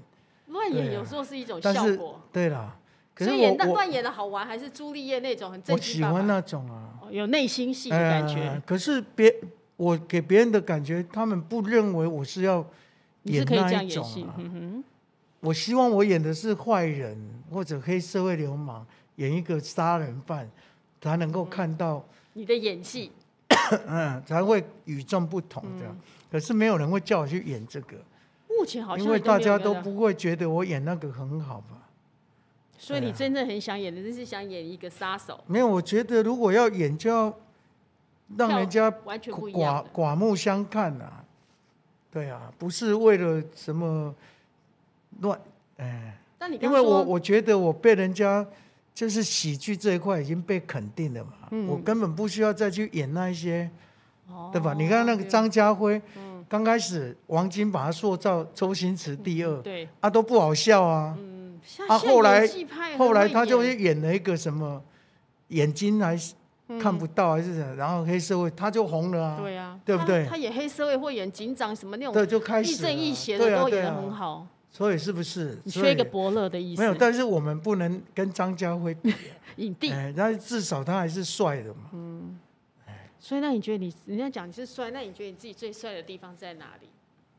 Speaker 2: 乱
Speaker 1: 对
Speaker 2: 演
Speaker 1: 啊
Speaker 2: 有时候是一种
Speaker 1: 但
Speaker 2: 效
Speaker 1: 是
Speaker 2: 果。
Speaker 1: 对啦，可
Speaker 2: 所
Speaker 1: 是
Speaker 2: 以
Speaker 1: 我
Speaker 2: 演但
Speaker 1: 我
Speaker 2: 乱演的好玩，还是朱丽叶那种很正
Speaker 1: 我
Speaker 2: 经
Speaker 1: 喜
Speaker 2: 八百
Speaker 1: 欢那种啊，
Speaker 2: 哦有内心戏的感觉。
Speaker 1: 哎可是别我给别人的感觉，他们不认为我是要
Speaker 2: 你是
Speaker 1: 演
Speaker 2: 可以这
Speaker 1: 那
Speaker 2: 样
Speaker 1: 一
Speaker 2: 演
Speaker 1: 种
Speaker 2: 戏
Speaker 1: 啊，。
Speaker 2: 嗯哼，
Speaker 1: 我希望我演的是坏人或者黑社会流氓，演一个杀人犯，才能够看到，
Speaker 2: 你的演技，
Speaker 1: 嗯，才会与众不同的。可是没有人会叫我去演这个，
Speaker 2: 目前嗯好像
Speaker 1: 因为
Speaker 2: 也都没
Speaker 1: 大
Speaker 2: 有
Speaker 1: 家
Speaker 2: 人
Speaker 1: 都
Speaker 2: 了，
Speaker 1: 不会觉得我演那个很好吧？
Speaker 2: 所以
Speaker 1: 对
Speaker 2: 你
Speaker 1: 啊
Speaker 2: 真正很想演的，就是想演一个杀手，
Speaker 1: 没有，我觉得如果要演，就要让人家
Speaker 2: 完全不一样
Speaker 1: 刮
Speaker 2: 的。
Speaker 1: 刮目相看啊。对啊，不是为了什么乱，哎。
Speaker 2: 但你刚
Speaker 1: 因为我我觉得我被人家就是喜剧这一块已经被肯定了嘛，
Speaker 2: 嗯
Speaker 1: 我根本不需要再去演那一些，
Speaker 2: 我
Speaker 1: 对吧？你看那个张家辉，
Speaker 2: 嗯
Speaker 1: 刚开始王晶把他塑造周星驰第二，
Speaker 2: 对，
Speaker 1: 啊都不好笑啊，
Speaker 2: 嗯，像
Speaker 1: 啊
Speaker 2: 现在
Speaker 1: 后来
Speaker 2: 演技派很
Speaker 1: 后来
Speaker 2: 会
Speaker 1: 他就
Speaker 2: 演
Speaker 1: 去演了一个什
Speaker 2: 嗯
Speaker 1: 么眼睛还是看不到还是什么，然后黑社会他就红了啊，
Speaker 2: 对啊，
Speaker 1: 对不
Speaker 2: 他
Speaker 1: 对
Speaker 2: 他演黑社会或演警长什么那种
Speaker 1: 对，就开
Speaker 2: 亦
Speaker 1: 始
Speaker 2: 正亦
Speaker 1: 了
Speaker 2: 邪
Speaker 1: 对
Speaker 2: 的
Speaker 1: 啊
Speaker 2: 都
Speaker 1: 对
Speaker 2: 演得很
Speaker 1: 啊，
Speaker 2: 好，
Speaker 1: 所以是不是？
Speaker 2: 你
Speaker 1: 所
Speaker 2: 缺一个
Speaker 1: 以
Speaker 2: 伯乐的意思。
Speaker 1: 没有，但是我们不能跟张家 辉比，
Speaker 2: 影帝，
Speaker 1: 哎，但是至少他还是帅的嘛。
Speaker 2: 所以那你觉得你人家讲你是帅，那你觉得你自己最帅的地方在哪里？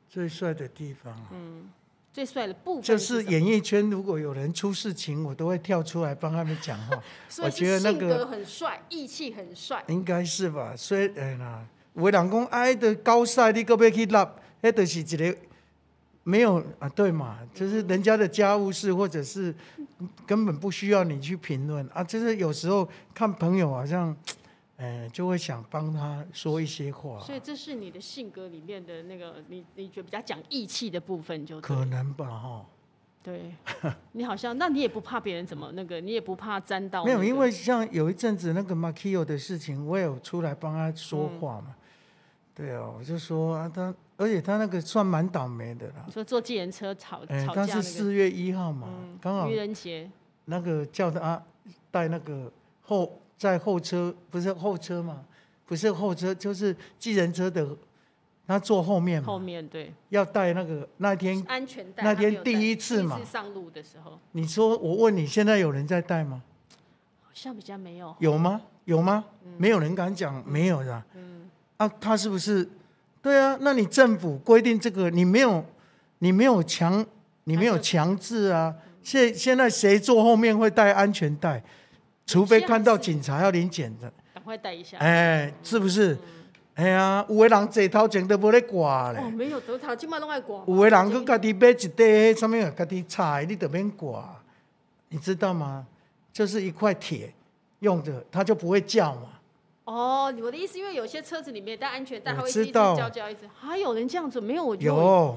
Speaker 1: 最帅的地方啊，
Speaker 2: 嗯最帅的部分
Speaker 1: 就是
Speaker 2: 什么。
Speaker 1: 演艺圈如果有人出事情，我都会跳出来帮他们讲话
Speaker 2: 所以
Speaker 1: 我
Speaker 2: 是
Speaker 1: 觉得那
Speaker 2: 性
Speaker 1: 个
Speaker 2: 格很帅，义气很帅。
Speaker 1: 应该是吧？虽然啊，我老公爱的哎高赛，你个要去拉，那都是一个没有啊，对嘛？就是人家的家务事，或者是根本不需要你去评论啊。就是有时候看朋友好像，呃，就会想帮他说一些话，
Speaker 2: 所以这是你的性格里面的那个，你你觉得比较讲义气的部分就对
Speaker 1: 可能吧，哈。
Speaker 2: 对， 你好像那你也不怕别人怎么那个，你也不怕沾到、
Speaker 1: 没有，
Speaker 2: 那
Speaker 1: 因
Speaker 2: 个
Speaker 1: 为像有一阵子那个 Makio 的事情，我也有出来帮他说
Speaker 2: 嗯
Speaker 1: 话嘛。对啊，我就说啊，他而且他那个算蛮倒霉的啦。
Speaker 2: 你说坐计程车吵
Speaker 1: 哎，
Speaker 2: 哦吵架
Speaker 1: 他是
Speaker 2: 那个嗯
Speaker 1: 四月一号嘛，刚好
Speaker 2: 愚人节，
Speaker 1: 那个叫他带那个后在后车，不是后车嘛，不是后车，就是计程车的，他坐后面
Speaker 2: 后
Speaker 1: 嘛，
Speaker 2: 面对
Speaker 1: 要带那个那天
Speaker 2: 安全带
Speaker 1: 那
Speaker 2: 他
Speaker 1: 天
Speaker 2: 没有
Speaker 1: 第
Speaker 2: 带
Speaker 1: 一次嘛
Speaker 2: 第一次上路的时候
Speaker 1: 你说我问你，现在有人在带吗？
Speaker 2: 好像比较没有，
Speaker 1: 有吗？有吗？没有人敢讲没有的啊。啊，他是不是？对啊，那你政府规定这个，你没有，你没有强，你没有强制啊。现现在谁坐后面会带安全带？除非看到警察要临检的，
Speaker 2: 赶快带一下。
Speaker 1: 哎，是不是？哎呀，有的人坐头前都无咧挂
Speaker 2: 哦，
Speaker 1: 咧，
Speaker 2: 没有，都他今晚都爱刮。
Speaker 1: 有的人佫家己买一块迄什么，家己插的，你都免挂，你知道吗？就是一块铁用的，它就不会叫嘛。
Speaker 2: 哦，我的意思，因为有些车子里面带安全带，
Speaker 1: 我
Speaker 2: 它会是一
Speaker 1: 知
Speaker 2: 直
Speaker 1: 道
Speaker 2: 交交一直，还有人这样子没有？我就
Speaker 1: 有，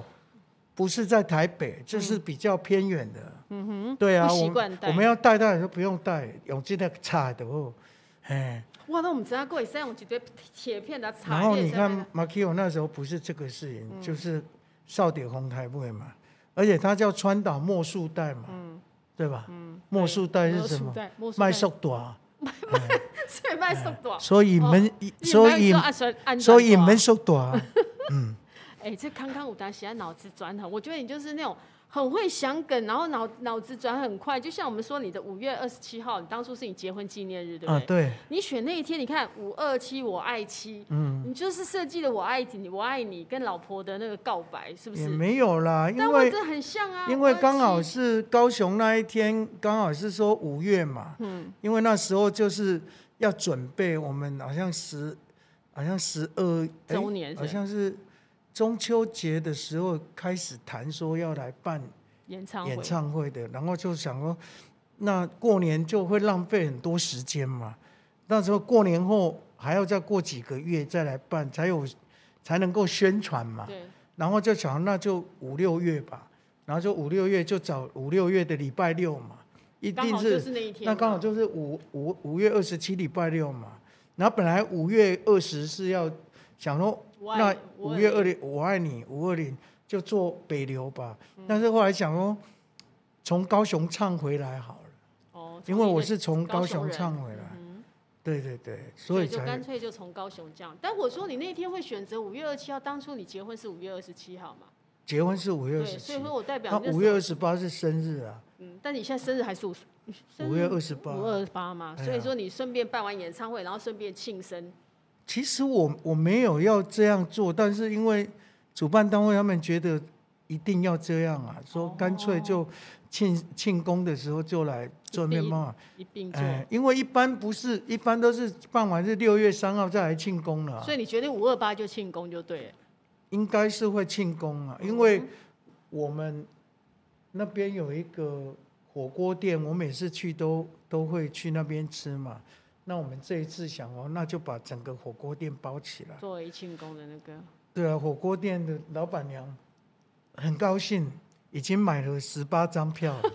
Speaker 1: 不是在台北，就是比较偏远的。嗯哼，对啊，
Speaker 2: 不习
Speaker 1: 我
Speaker 2: 惯
Speaker 1: 们
Speaker 2: 带
Speaker 1: 我们要带当然就不用带，用这个叉的哦，哎，
Speaker 2: 哇，那我们只要过一三，我绝对铁片的
Speaker 1: 然
Speaker 2: 插
Speaker 1: 后
Speaker 2: 叶
Speaker 1: 你
Speaker 2: 在那嗯
Speaker 1: 看
Speaker 2: 边。
Speaker 1: 马 Q 那时候不是这个事情，就是少点红台会嘛，而且它叫川岛莫树带嘛，
Speaker 2: 嗯
Speaker 1: 对吧？莫树带是什么？？卖
Speaker 2: 卖
Speaker 1: 速短，
Speaker 2: 哦所以卖送多。
Speaker 1: 所以
Speaker 2: 哦
Speaker 1: 门，所
Speaker 2: 啊所以
Speaker 1: 以
Speaker 2: 按算按
Speaker 1: 所以
Speaker 2: 算多
Speaker 1: 门速 短，
Speaker 2: 哎、这康康武达喜欢脑子转很，我觉得你就是那种很会想梗，然后脑脑子转很快。就像我们说你的五月二十七号，你当初是你结婚纪念日，对不
Speaker 1: 啊，
Speaker 2: 呃对？
Speaker 1: 对，
Speaker 2: 你选那一天，你看五二七我爱妻，
Speaker 1: 嗯，
Speaker 2: 你就是设计了我爱你，我爱你跟老婆的那个告白，是不
Speaker 1: 也
Speaker 2: 是？
Speaker 1: 没有啦，
Speaker 2: 但
Speaker 1: 因
Speaker 2: 我
Speaker 1: 为
Speaker 2: 这很像啊，
Speaker 1: 因为
Speaker 2: 527
Speaker 1: 刚好是高雄那一天，刚好是说五月嘛，嗯，因为那时候就是要准备我们好像十，好像十二哎
Speaker 2: 周年是
Speaker 1: 好像是中秋节的时候开始谈说要来办
Speaker 2: 演唱会
Speaker 1: 演唱会的，然后就想说，那过年就会浪费很多时间嘛，那时候过年后还要再过几个月再来办，才有才能够宣传嘛，
Speaker 2: 对，
Speaker 1: 然后就想那就五六月吧，然后就五六月就找五六月的礼拜六嘛，一
Speaker 2: 刚
Speaker 1: 定
Speaker 2: 好
Speaker 1: 是
Speaker 2: 就是那一天嘛，
Speaker 1: 那刚好就是五五五月二十七礼拜六嘛，然后本来五月二十是要想说
Speaker 2: 我爱
Speaker 1: 那
Speaker 2: 我
Speaker 1: 五
Speaker 2: 爱
Speaker 1: 月
Speaker 2: 你
Speaker 1: 二零我爱你五二零就做北流吧，
Speaker 2: 嗯
Speaker 1: 但是后来想说从高雄唱回来好了，
Speaker 2: 哦，
Speaker 1: 因为我是从
Speaker 2: 从
Speaker 1: 高
Speaker 2: 雄
Speaker 1: 雄
Speaker 2: 人
Speaker 1: 唱回来，
Speaker 2: 嗯
Speaker 1: 对对对，
Speaker 2: 所
Speaker 1: 所
Speaker 2: 以
Speaker 1: 以
Speaker 2: 就干
Speaker 1: 才
Speaker 2: 脆就从高雄这样。但我说你那天会选择五月二七号，当初你结婚是五月二十七号嘛？
Speaker 1: 结婚是五月
Speaker 2: 对
Speaker 1: 二，十
Speaker 2: 所
Speaker 1: 七
Speaker 2: 以，说我代
Speaker 1: 那
Speaker 2: 表
Speaker 1: 五月二，十八是生日啊，
Speaker 2: 嗯，但你现在生日还是五
Speaker 1: 五月二十八，
Speaker 2: 五二八嘛，
Speaker 1: 哎呀
Speaker 2: 所以说你顺便办完演唱会，然后顺便庆生，
Speaker 1: 其实我我没有要这样做，但是因为主办单位他们觉得一定要这样
Speaker 2: 哦
Speaker 1: 啊，说干脆就庆庆功的时候就来做面包啊。
Speaker 2: 一并做。
Speaker 1: 哎，因为一般不是，一般都是办完是六月三号再来庆功了啊、
Speaker 2: 所以你决定五二八就庆功就对了。
Speaker 1: 应该是会庆功
Speaker 2: 嗯
Speaker 1: 啊，因为我们那边有一个火锅店，我每次去都都会去那边吃嘛。那我们这一次想哦，那就把整个火锅店包起来。
Speaker 2: 作为庆功的那个，
Speaker 1: 对啊，火锅店的老板娘很高兴，已经买了十八张票了。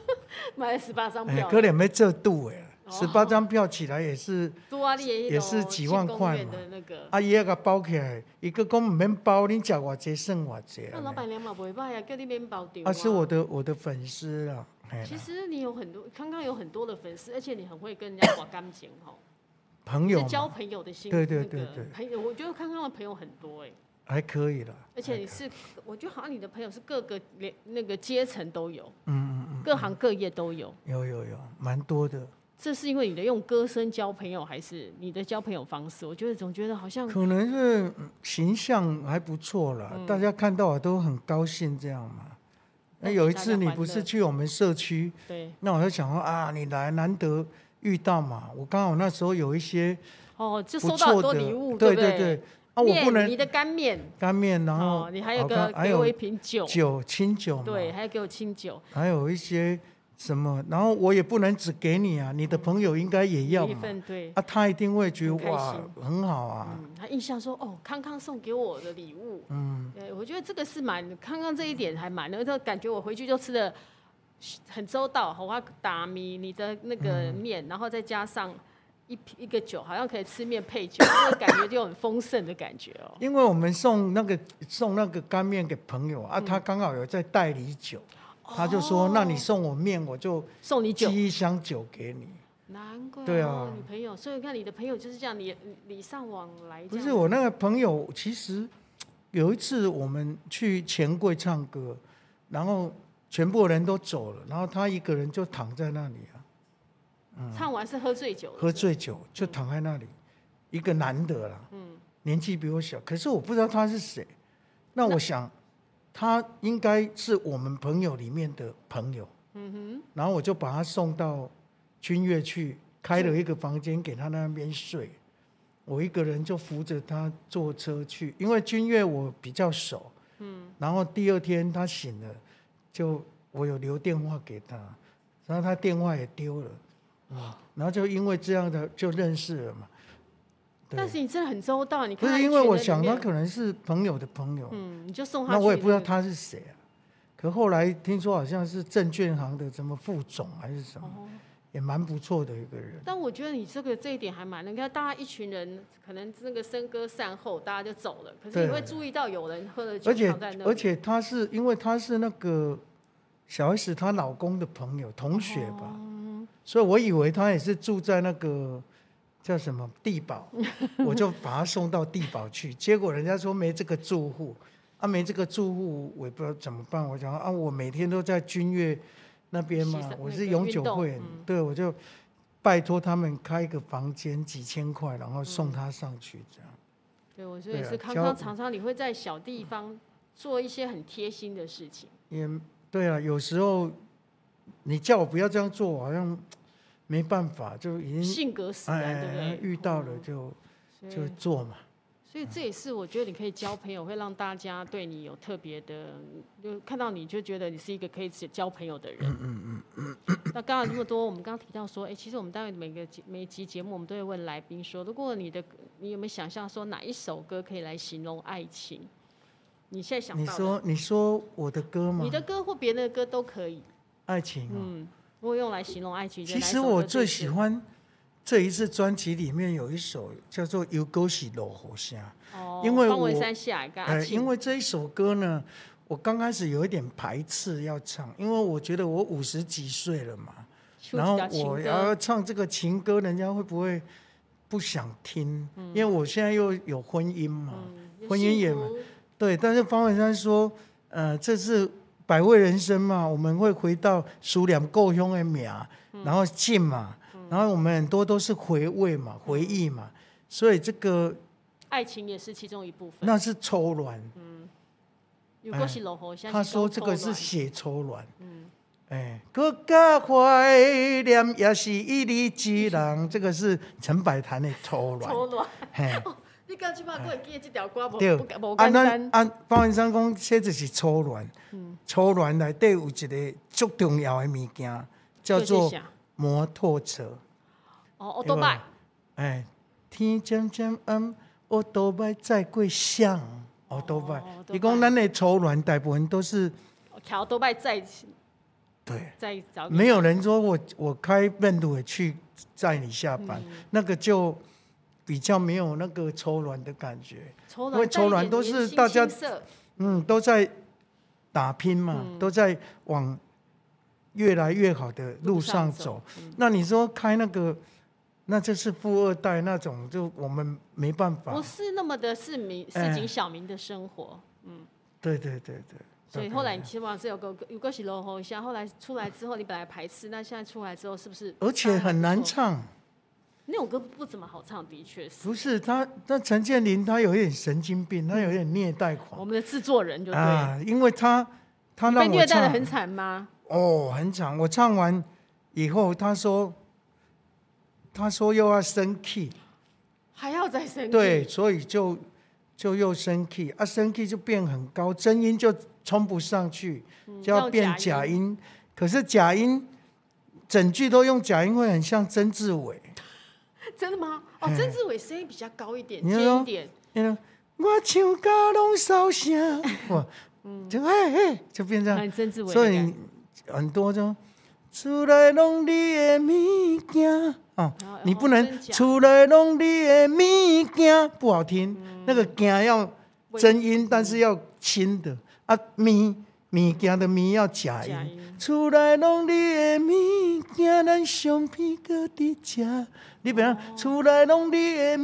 Speaker 2: 买了十八张
Speaker 1: 哎
Speaker 2: 票，
Speaker 1: 可能没这度哎，
Speaker 2: 哦
Speaker 1: 十八张票起来也是
Speaker 2: 多啊，你也
Speaker 1: 也是几万块嘛
Speaker 2: 的那个。
Speaker 1: 阿姨那个包起来，一个讲唔免包，你吃偌济剩偌济。
Speaker 2: 那老板娘嘛不会卖啊，叫你面包丢
Speaker 1: 啊，是我的我的粉丝啦。哎
Speaker 2: 其实你有很多，康康有很多的粉丝，而且你很会跟人家搞感情吼，
Speaker 1: 朋
Speaker 2: 是
Speaker 1: 友嘛
Speaker 2: 交朋友的心。
Speaker 1: 对对
Speaker 2: 那个
Speaker 1: 对对
Speaker 2: 朋友，我觉得康康的朋友很多哎，
Speaker 1: 还可以啦。
Speaker 2: 而且你是，我觉得好像你的朋友是各个连那个阶层都有，
Speaker 1: 嗯嗯
Speaker 2: 各行各业都有。
Speaker 1: 嗯，有有有，蛮多的。
Speaker 2: 这是因为你的用歌声交朋友，还是你的交朋友方式？我觉得总觉得好像
Speaker 1: 可能是嗯形象还不错啦，
Speaker 2: 嗯
Speaker 1: 大家看到我都很高兴这样嘛。那
Speaker 2: 带给
Speaker 1: 有一
Speaker 2: 大
Speaker 1: 次
Speaker 2: 家
Speaker 1: 你
Speaker 2: 欢
Speaker 1: 不是
Speaker 2: 乐
Speaker 1: 去我们社区？
Speaker 2: 对
Speaker 1: 那我就想说啊，你来难得遇到嘛，我刚好那时候有一些
Speaker 2: 哦，就
Speaker 1: 不
Speaker 2: 收到很
Speaker 1: 错
Speaker 2: 多
Speaker 1: 的，
Speaker 2: 礼物，
Speaker 1: 对
Speaker 2: 不
Speaker 1: 对，啊，我不
Speaker 2: 面
Speaker 1: 能
Speaker 2: 你的干面，
Speaker 1: 干面，然后、
Speaker 2: 哦，你还有
Speaker 1: 好看
Speaker 2: 个
Speaker 1: 还
Speaker 2: 给我一
Speaker 1: 有
Speaker 2: 瓶酒，
Speaker 1: 酒清酒嘛，
Speaker 2: 对，，还有给我清酒，
Speaker 1: 还有一些什么，然后我也不能只给你啊，你的朋友应该也要
Speaker 2: 一
Speaker 1: 嘛，
Speaker 2: 份对，
Speaker 1: 啊，他一定会觉得
Speaker 2: 很开
Speaker 1: 哇
Speaker 2: 心
Speaker 1: 很好啊，
Speaker 2: 嗯，他印象说哦，康康送给我的礼物，
Speaker 1: 嗯，
Speaker 2: 对，我觉得这个是蛮康康这一点还蛮，那个感觉我回去就吃的很周到，红花打米，你的那
Speaker 1: 嗯
Speaker 2: 个面，然后再加上一瓶一个酒，好像可以吃面配酒，那个感觉就很丰盛的感觉哦。
Speaker 1: 因为我们送那个送那个干面给朋友
Speaker 2: 嗯
Speaker 1: 啊，他刚好有在代理酒，他就说、那你送我面，我就
Speaker 2: 送哦你酒，
Speaker 1: 寄一箱酒给你。
Speaker 2: 难怪
Speaker 1: 对
Speaker 2: 哦
Speaker 1: 啊
Speaker 2: 你朋友，所以你看你的朋友就是这样，礼礼尚往来这
Speaker 1: 不
Speaker 2: 样。
Speaker 1: 是我那个朋友，其实有一次我们去钱柜唱歌，然后全部人都走了，然后他一个人就躺在那里啊，
Speaker 2: 唱完是喝醉酒了，
Speaker 1: 嗯喝醉酒就躺在那里，一个男的啦，年纪比我小，可是我不知道他是谁。那我想，他应该是我们朋友里面的朋友。嗯哼。然后我就把他送到君悦去，开了一个房间给他那边睡。我一个人就扶着他坐车去，因为君悦我比较熟。嗯。然后第二天他醒了，就我有留电话给他，然后嗯他电话也丢了。然后就因为这样的就认识了嘛。对
Speaker 2: 但是你真的很周到，你
Speaker 1: 不
Speaker 2: 看
Speaker 1: 是
Speaker 2: 他一
Speaker 1: 因为
Speaker 2: 群
Speaker 1: 我
Speaker 2: 人里
Speaker 1: 想他
Speaker 2: 面
Speaker 1: 可能是朋友的朋友，
Speaker 2: 嗯，你就送他
Speaker 1: 那
Speaker 2: 去
Speaker 1: 我也不知道
Speaker 2: 个
Speaker 1: 他是谁啊。可后来听说好像是证券行的什么副总还是什么，
Speaker 2: 哦
Speaker 1: 也蛮不错的一个人。
Speaker 2: 但我觉得你这个这一点还蛮，你看大家一群人，可能那个笙歌散后，大家就走了，可是你
Speaker 1: 对
Speaker 2: 会注意到有人喝了酒
Speaker 1: 而且
Speaker 2: 躺在那
Speaker 1: 而
Speaker 2: 里
Speaker 1: 且她是因为她是那个小 S 她老公的朋友同学吧，
Speaker 2: 哦
Speaker 1: 所以我以为她也是住在那个叫什么地 堡，我就把她送到地堡去。结果人家说没这个住户，啊没这个住户，我也不知道怎么办。我想啊，我每天都在君悦那边嘛
Speaker 2: 西山，
Speaker 1: 我
Speaker 2: 那
Speaker 1: 是
Speaker 2: 个
Speaker 1: 永
Speaker 2: 运
Speaker 1: 久
Speaker 2: 动
Speaker 1: 会员，
Speaker 2: 嗯
Speaker 1: 对我就。拜托他们开一个房间几千块，然后
Speaker 2: 嗯
Speaker 1: 送她上去，这样、
Speaker 2: 对，我觉得也
Speaker 1: 对啊
Speaker 2: 是康
Speaker 1: 交
Speaker 2: 康常常你会在小地方做一些很贴心的事情。
Speaker 1: 也对啊。有时候你叫我不要这样做，我好像没办法，就已经
Speaker 2: 性格使然，对不对？
Speaker 1: 哎
Speaker 2: 哦
Speaker 1: 遇到了就
Speaker 2: 所
Speaker 1: 就
Speaker 2: 以，
Speaker 1: 做嘛。
Speaker 2: 所以这也是我觉得你可以交朋友，会让大家对你有特别的，就看到你就觉得你是一个可以交朋友的人。嗯嗯嗯。那刚刚这么多，我们刚刚提到说，哎，其实我们单位每个节每一集节目，我们都会问来宾说，如果你的你有没有想象说哪一首歌可以来形容爱情？你现在想
Speaker 1: 你
Speaker 2: 到的，
Speaker 1: 说你说我的歌吗
Speaker 2: 你？的歌或别人的歌都可以。
Speaker 1: 爱情哦、
Speaker 2: 嗯，如果用来形容爱情，你觉得
Speaker 1: 其
Speaker 2: 哪一
Speaker 1: 实
Speaker 2: 首歌
Speaker 1: 我最喜
Speaker 2: 适合
Speaker 1: 欢这一次专辑里面有一首叫做《有沟喜落火下》。
Speaker 2: 哦，
Speaker 1: 因为
Speaker 2: 方文
Speaker 1: 我
Speaker 2: 山下一个阿
Speaker 1: 呃，
Speaker 2: 庆
Speaker 1: 因为这一首歌呢，我刚开始有一点排斥要唱，因为我觉得我五十几岁了嘛，
Speaker 2: 出
Speaker 1: 然后
Speaker 2: 比较情
Speaker 1: 我
Speaker 2: 歌
Speaker 1: 要唱这个情歌，人家会不会不想听？因为我现在又有婚姻嘛，
Speaker 2: 嗯
Speaker 1: 婚姻也
Speaker 2: 幸福
Speaker 1: 对，但是方文山说，呃，这是百味人生嘛，我们会回到数两够凶的名，
Speaker 2: 嗯
Speaker 1: 然后进嘛，然后我们很多都是回味嘛，回忆嘛，所以这个
Speaker 2: 爱情也是其中一部分。
Speaker 1: 那是抽卵。
Speaker 2: 如果是老侯，现在
Speaker 1: 哎他说
Speaker 2: 高
Speaker 1: 这
Speaker 2: 抽
Speaker 1: 个是
Speaker 2: 卵嗯
Speaker 1: 血抽卵。哎，国家怀念也是一里之人，这个是陈百潭的抽卵。
Speaker 2: 抽卵。
Speaker 1: 嘿，
Speaker 2: 哦你刚即摆我会记得这条歌无
Speaker 1: 对
Speaker 2: 不无
Speaker 1: 啊，
Speaker 2: 简
Speaker 1: 咱
Speaker 2: 单。嗯
Speaker 1: 啊，方文山讲，这就是抽卵。抽卵内底有一个足重要的物件，叫
Speaker 2: 就是
Speaker 1: 做
Speaker 2: 啥
Speaker 1: 摩托车。
Speaker 2: 哦，奥
Speaker 1: 对
Speaker 2: 多
Speaker 1: 吧
Speaker 2: 麦，
Speaker 1: 哎，天渐渐暗，我都拜再过想，我都拜
Speaker 2: 哦。
Speaker 1: 伊讲
Speaker 2: 黑白
Speaker 1: 咱的抽卵大部分都是
Speaker 2: 调多麦再
Speaker 1: 对。
Speaker 2: 再找
Speaker 1: 没有人说我我开奔途也去载你下班，
Speaker 2: 嗯
Speaker 1: 那个就比较没有那个抽卵的感觉。因
Speaker 2: 抽
Speaker 1: 为
Speaker 2: 卵，
Speaker 1: 抽卵都是大家嗯，都在打拼嘛，
Speaker 2: 嗯
Speaker 1: 都在往越来越好的路上走。
Speaker 2: 走。嗯
Speaker 1: 那你说开那个，那就是富二代那种，就我们没办法
Speaker 2: 不。是那么的市民市
Speaker 1: 啊哎
Speaker 2: 井小民的生活。
Speaker 1: 对对对对。
Speaker 2: 所以后来你希望是有个有个是落后一下，后来出来之后你本来排斥，那现在出来之后是不是？
Speaker 1: 而且很难
Speaker 2: 唱，
Speaker 1: 唱，
Speaker 2: 那首歌不怎么好唱，的确是。
Speaker 1: 不是他？那陈建林他有一点神经病，他有一点虐待狂
Speaker 2: 我。们的制作人就对了，
Speaker 1: 啊，因为他他
Speaker 2: 你
Speaker 1: 让
Speaker 2: 被
Speaker 1: 我
Speaker 2: 虐待的
Speaker 1: 唱
Speaker 2: 很惨吗？
Speaker 1: 哦很长，我唱完以后，他说他说又要升 key，
Speaker 2: 还要再生气？
Speaker 1: 对，所以就就又升 key，啊升 key 就变很高，真音就冲不上去，
Speaker 2: 嗯，
Speaker 1: 就要变假
Speaker 2: 音。
Speaker 1: 音。可是假音整句都用假音，会很像曾志伟。
Speaker 2: 真的吗？哦，
Speaker 1: 嘿
Speaker 2: 曾志伟声音比较高一点，
Speaker 1: 哎你就
Speaker 2: 尖
Speaker 1: 说
Speaker 2: 一点，
Speaker 1: 你看我唱歌拢烧声，哇，
Speaker 2: 嗯
Speaker 1: 就哎哎，就变这样。
Speaker 2: 很曾志伟的
Speaker 1: 所
Speaker 2: 感觉。
Speaker 1: 以很多种，厝内拢你的物件啊
Speaker 2: 然后，
Speaker 1: 你不能
Speaker 2: 哦真假
Speaker 1: 厝内拢你的物件，不好听。
Speaker 2: 嗯
Speaker 1: 那个“件”要真音，但是要轻的啊，物物件的“物”要假
Speaker 2: 假
Speaker 1: 音
Speaker 2: 音。
Speaker 1: 厝内拢你的物件，咱相片搁伫遮。你别
Speaker 2: 哦
Speaker 1: 讲厝内拢你的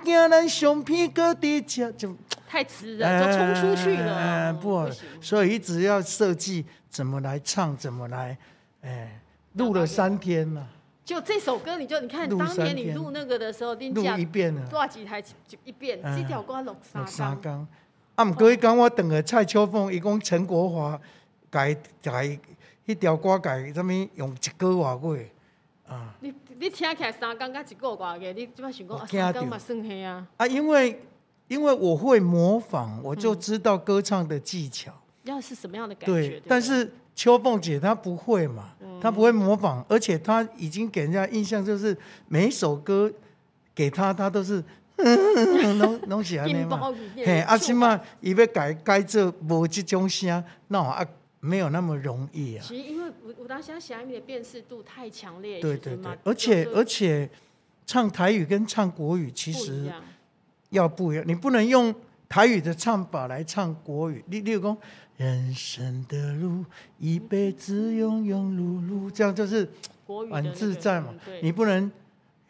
Speaker 1: 物件，咱相片搁伫遮，就
Speaker 2: 太直了，就冲出去了，
Speaker 1: 哎
Speaker 2: 嗯
Speaker 1: 不好
Speaker 2: 不行。
Speaker 1: 所以一直要设计怎么来唱，怎么来，哎，录了三天了，
Speaker 2: 就这首歌，你就你看，
Speaker 1: 录
Speaker 2: 当年
Speaker 1: 三
Speaker 2: 你
Speaker 1: 天
Speaker 2: 录那个的时候，你
Speaker 1: 录
Speaker 2: 讲
Speaker 1: 一遍了，
Speaker 2: 多少几台就一遍，
Speaker 1: 嗯
Speaker 2: 这条歌六
Speaker 1: 有
Speaker 2: 三
Speaker 1: 三
Speaker 2: 缸，
Speaker 1: 天。啊，毋过伊讲我等个蔡秋凤，伊讲陈国华改改迄条歌改什物用一个外月啊
Speaker 2: 你你听起来三缸跟一个外个，你即摆想讲
Speaker 1: 我
Speaker 2: 啊
Speaker 1: 惊
Speaker 2: 三缸
Speaker 1: 到
Speaker 2: 嘛算黑啊，
Speaker 1: 啊，因为因为我会模仿，我
Speaker 2: 嗯
Speaker 1: 就知道歌唱的技巧。
Speaker 2: 要是什么样的感觉？对嗯
Speaker 1: 对
Speaker 2: 不，对
Speaker 1: 但是秋凤姐她不会嘛，她不会模仿，而且她已经给人家印象就是每一首歌给她，她都是 拢拢是安尼
Speaker 2: 面
Speaker 1: 嘛。
Speaker 2: 包里面
Speaker 1: 嘿，
Speaker 2: 有
Speaker 1: 啊，
Speaker 2: 醋
Speaker 1: 即嘛伊要改改做无即种声，那啊没有那么容易啊。
Speaker 2: 其实因为我我当时喜欢你的辨识度太强烈，
Speaker 1: 对
Speaker 2: 其实
Speaker 1: 对对
Speaker 2: 嘛，
Speaker 1: 而且
Speaker 2: 就
Speaker 1: 而且唱台语跟唱国语其
Speaker 2: 不一
Speaker 1: 实
Speaker 2: 样
Speaker 1: 要不一样，你不能用台语的唱法来唱国语。例例如讲，人生的路一辈子庸庸碌碌，这样就是
Speaker 2: 国语的那
Speaker 1: 很
Speaker 2: 个
Speaker 1: 自在嘛
Speaker 2: 嗯。对，
Speaker 1: 你不能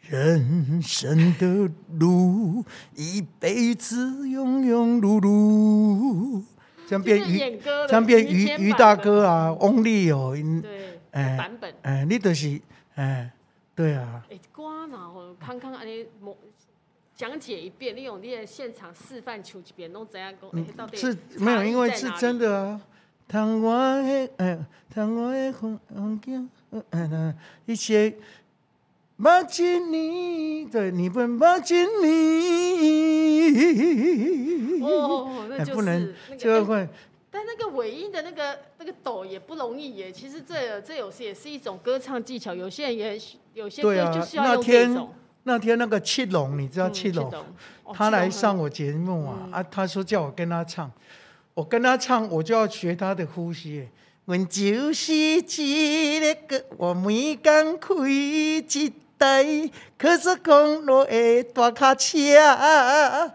Speaker 1: 人生的路一辈子庸庸碌碌，这样变
Speaker 2: 就是
Speaker 1: 于
Speaker 2: 演歌的
Speaker 1: 这样变
Speaker 2: 于
Speaker 1: 于
Speaker 2: 谦
Speaker 1: 于
Speaker 2: 版
Speaker 1: 大
Speaker 2: 的，
Speaker 1: 哥啊，翁立友因
Speaker 2: 对，
Speaker 1: 哎
Speaker 2: 版本。
Speaker 1: 哎，你就是哎，对啊，
Speaker 2: 哎，歌然后康康安尼模讲解一遍，你用你的现场示范求一遍，拢知影讲，哎，到底
Speaker 1: 嗯是没有，因为是真
Speaker 2: 的。
Speaker 1: 的啊。谈我的哎，谈我的风风景，哎那一些。抱紧你，对，你不能抱紧你。
Speaker 2: 哦，那
Speaker 1: 哎
Speaker 2: 就是
Speaker 1: 不能
Speaker 2: 那个
Speaker 1: 就
Speaker 2: 哎
Speaker 1: 会
Speaker 2: 但那个尾音的那个那个抖也不容易耶。其实这这有时也是一种歌唱技巧，有些人也有些
Speaker 1: 对
Speaker 2: 歌
Speaker 1: 啊
Speaker 2: 就是要
Speaker 1: 那
Speaker 2: 用这
Speaker 1: 天
Speaker 2: 种。
Speaker 1: 那天那个七龙，你知道
Speaker 2: 嗯
Speaker 1: 七龙？
Speaker 2: 哦
Speaker 1: 他
Speaker 2: 七
Speaker 1: 来
Speaker 2: 龙嗯
Speaker 1: 上我节目啊，啊，他说叫我跟他唱，我跟他唱，我就要学他的呼吸。阮就是一个个，我每天开一台可是公路的大卡车，啊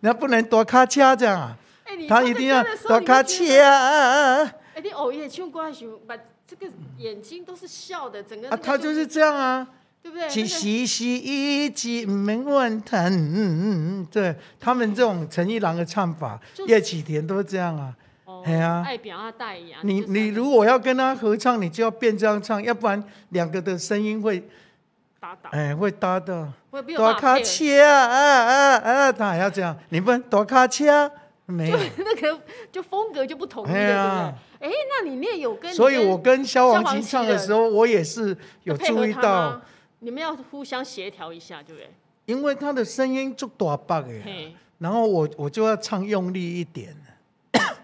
Speaker 1: 那不能大卡车这样啊，
Speaker 2: 哎、你
Speaker 1: 他
Speaker 2: 唱
Speaker 1: 一
Speaker 2: 这
Speaker 1: 定
Speaker 2: 歌
Speaker 1: 要
Speaker 2: 的时候
Speaker 1: 大
Speaker 2: 你
Speaker 1: 卡
Speaker 2: 会
Speaker 1: 车啊
Speaker 2: 觉得。哎、你偶夜唱歌的时候，把这个眼睛都是笑的，整个、那
Speaker 1: 啊，
Speaker 2: 个
Speaker 1: 他就是这样啊。
Speaker 2: 对不对？
Speaker 1: 其
Speaker 2: 那个
Speaker 1: 实是一直毋免怨叹，嗯嗯嗯，对他们这种陈一郎的唱法
Speaker 2: 就，是
Speaker 1: 叶启田都这样啊。
Speaker 2: 哦
Speaker 1: 嘿啊
Speaker 2: 爱表啊代言。
Speaker 1: 你
Speaker 2: 就是
Speaker 1: 你如果要跟他合唱，你就要变这样唱，要不然两个的声音会
Speaker 2: 打打，
Speaker 1: 哎会搭的。
Speaker 2: 我也啊没有
Speaker 1: 大
Speaker 2: 办法
Speaker 1: 卡
Speaker 2: 配合。
Speaker 1: 车啊啊啊！他还要这样，你们大卡车没有，
Speaker 2: 那个就风格就不统一了，
Speaker 1: 哎呀
Speaker 2: 对不对？哎，那你练有跟
Speaker 1: 所以我跟萧
Speaker 2: 萧
Speaker 1: 煌
Speaker 2: 煌
Speaker 1: 奇
Speaker 2: 奇
Speaker 1: 唱的
Speaker 2: 的
Speaker 1: 时候，我也是有
Speaker 2: 有配
Speaker 1: 注
Speaker 2: 合
Speaker 1: 意
Speaker 2: 他
Speaker 1: 到
Speaker 2: 吗，？你们要互相协调一下，对不对？
Speaker 1: 因为他的声音就大白的啊，
Speaker 2: 嘿，
Speaker 1: 然后我我就要唱用力一点。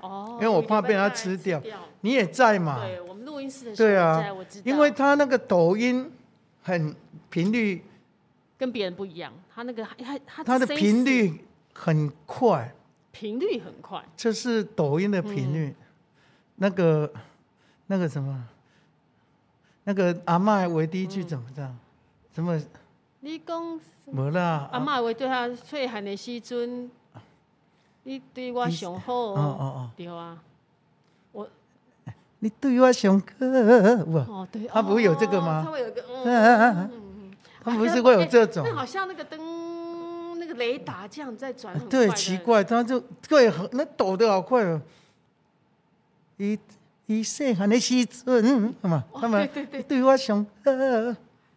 Speaker 2: 哦，
Speaker 1: 因为我怕被他
Speaker 2: 他
Speaker 1: 吃掉
Speaker 2: 掉。
Speaker 1: 你也在嘛？
Speaker 2: 对我们录音室的时候
Speaker 1: 对
Speaker 2: 在
Speaker 1: 啊
Speaker 2: 我知，道，
Speaker 1: 因为他那个抖音很频率，
Speaker 2: 跟别人不一样，他那个他他
Speaker 1: 它的
Speaker 2: 声
Speaker 1: 频
Speaker 2: 音是
Speaker 1: 率很快，
Speaker 2: 频率很快，
Speaker 1: 这是抖音的频率。
Speaker 2: 嗯
Speaker 1: 那个那个什么，那个阿麦为第一句怎么唱？怎么
Speaker 2: 你讲
Speaker 1: 没啦？
Speaker 2: 阿嬷话对他细汉的时阵，你对我上好，
Speaker 1: 哦哦哦，
Speaker 2: 对啊，
Speaker 1: 你对我上课哇，
Speaker 2: 哦对，
Speaker 1: 他不是有这个吗
Speaker 2: 哦他会有一个，嗯
Speaker 1: 啊啊啊啊
Speaker 2: 嗯嗯嗯
Speaker 1: 他们不是会有这种
Speaker 2: 哎？那好像那个灯，那个雷达这样在转
Speaker 1: 啊，
Speaker 2: 很快
Speaker 1: 对，
Speaker 2: 的
Speaker 1: 奇，怪，他就对，很那抖得好快哦。伊伊细汉的时阵，好嘛，
Speaker 2: 哦
Speaker 1: 他们
Speaker 2: 对对对
Speaker 1: 对我上好，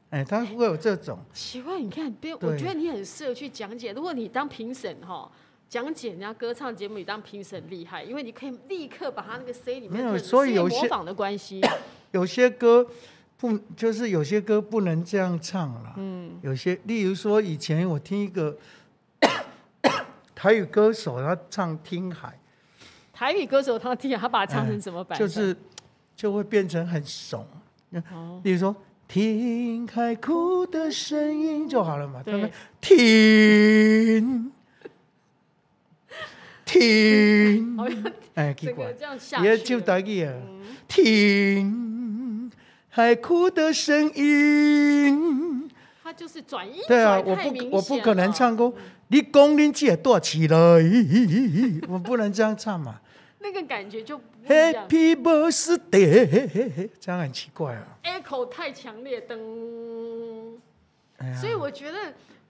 Speaker 1: 哎，他会有这种，
Speaker 2: 奇怪，你看，别，
Speaker 1: 对
Speaker 2: 我觉得你很适合去讲解。如果你当评审哈，讲解人家歌唱节目，你当评审厉害，因为你可以立刻把他那个 C 里面
Speaker 1: 没有
Speaker 2: 特质
Speaker 1: 所以
Speaker 2: 是因为
Speaker 1: 有
Speaker 2: 模
Speaker 1: 些
Speaker 2: 仿的关系，
Speaker 1: 有些歌不就是有些歌不能这样唱了，嗯，有些，例如说以前我听一个 台语歌手，他唱《听海
Speaker 2: 台语歌手他听他把它唱成什么》，版本？
Speaker 1: 哎就是就会变成很怂，
Speaker 2: 哦，
Speaker 1: 例如说。听海哭的声音就好了嘛，他们
Speaker 2: 对
Speaker 1: 停 停，
Speaker 2: 好像
Speaker 1: 哎，奇
Speaker 2: 整个
Speaker 1: 怪，
Speaker 2: 这样下
Speaker 1: 也
Speaker 2: 去
Speaker 1: 就
Speaker 2: 了。嗯
Speaker 1: 大意啊，停海哭的声音。
Speaker 2: 他就是转音，
Speaker 1: 对啊，
Speaker 2: 转
Speaker 1: 我
Speaker 2: 太
Speaker 1: 不
Speaker 2: 明
Speaker 1: 我不
Speaker 2: 显
Speaker 1: 可能
Speaker 2: 了
Speaker 1: 唱歌，你讲恁姐多起来， 我不能这样唱嘛。
Speaker 2: 那个感觉就不一样
Speaker 1: Happy birthday，这样很奇怪啊。
Speaker 2: ，echo 太强烈，噔。
Speaker 1: 哎呀
Speaker 2: 所以我觉得，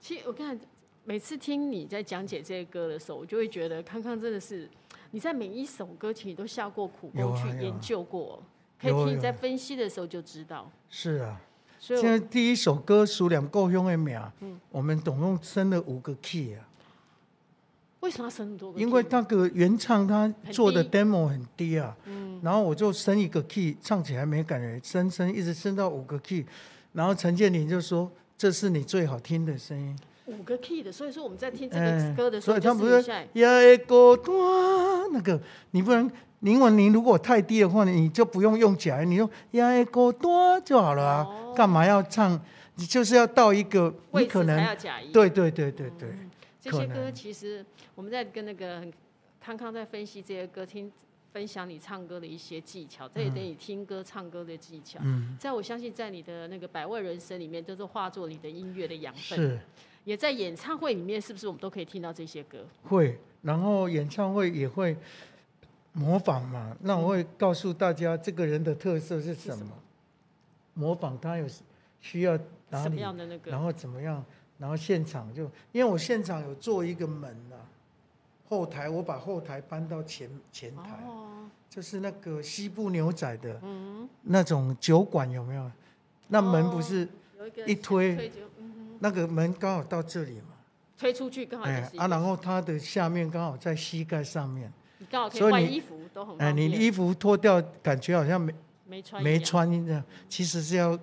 Speaker 2: 其实我看每次听你在讲解这些歌的时候，我就会觉得康康真的是你在每一首歌曲你都下过苦
Speaker 1: 有
Speaker 2: 功
Speaker 1: 啊
Speaker 2: 去
Speaker 1: 有啊
Speaker 2: 研究过，可以
Speaker 1: 有啊
Speaker 2: 听
Speaker 1: 有
Speaker 2: 你
Speaker 1: 啊
Speaker 2: 在分析的时候就知道。
Speaker 1: 是嗯啊。
Speaker 2: 所以
Speaker 1: 现
Speaker 2: 我
Speaker 1: 在第一首歌数两够凶的名，我们总共升了五个 key 啊，
Speaker 2: 为什么要升那么多个？
Speaker 1: 因为那个原唱他做的
Speaker 2: 很
Speaker 1: demo 很低啊，然后我就升一个 key，唱起来没感觉，升升一直升到五个 key，然后陈建林就说这是你最好听的声音，
Speaker 2: 五个 key 的，所以说我们在听这
Speaker 1: 哎
Speaker 2: 个歌的时
Speaker 1: 所
Speaker 2: 候，
Speaker 1: 以他不
Speaker 2: 就是试一下
Speaker 1: 要一个段哎那个，你不能。英文你如果太低的话，你就不用用起来，你用呀一个段就好了啊，
Speaker 2: 哦
Speaker 1: 干嘛要唱？你就是要到一个你
Speaker 2: 位
Speaker 1: 可
Speaker 2: 置
Speaker 1: 能
Speaker 2: 才要假音。嗯
Speaker 1: 对对对对对，
Speaker 2: 这
Speaker 1: 可
Speaker 2: 些歌
Speaker 1: 能
Speaker 2: 其实我们在跟那个康康在分析这些歌，听分享你唱歌的一些技巧，这也等你听歌唱歌的技巧。
Speaker 1: 嗯，
Speaker 2: 在我相信，在你的那个百味人生里面，就是化作你的音乐的养分。
Speaker 1: 是
Speaker 2: 也在演唱会里面，是不是我们都可以听到这些歌？
Speaker 1: 会，然后演唱会也会模仿嘛，那我会告诉大家这个人的特色是什么，
Speaker 2: 是什么
Speaker 1: 模仿他有需要哪
Speaker 2: 什么
Speaker 1: 里，
Speaker 2: 样的那个
Speaker 1: 然？后怎么样，然后现场就因为我现场有做一个门啊，后台我把后台搬到前前台，
Speaker 2: 哦，
Speaker 1: 就是那个西部牛仔的
Speaker 2: 嗯，
Speaker 1: 那种酒馆有没有？那门不
Speaker 2: 哦
Speaker 1: 是、
Speaker 2: 有一个
Speaker 1: 一推
Speaker 2: 推就嗯
Speaker 1: 那个门刚好到这里嘛？
Speaker 2: 推出去刚好
Speaker 1: 哎
Speaker 2: 就是一
Speaker 1: 啊，
Speaker 2: 个，
Speaker 1: 然后它的下面刚好在膝盖上面，
Speaker 2: 你刚好可
Speaker 1: 所以
Speaker 2: 以换
Speaker 1: 你
Speaker 2: 衣服，都很
Speaker 1: 哎，
Speaker 2: 方
Speaker 1: 你
Speaker 2: 便。
Speaker 1: 衣服脱掉，感觉好像没
Speaker 2: 没穿一
Speaker 1: 没
Speaker 2: 样
Speaker 1: 穿这样，其实是要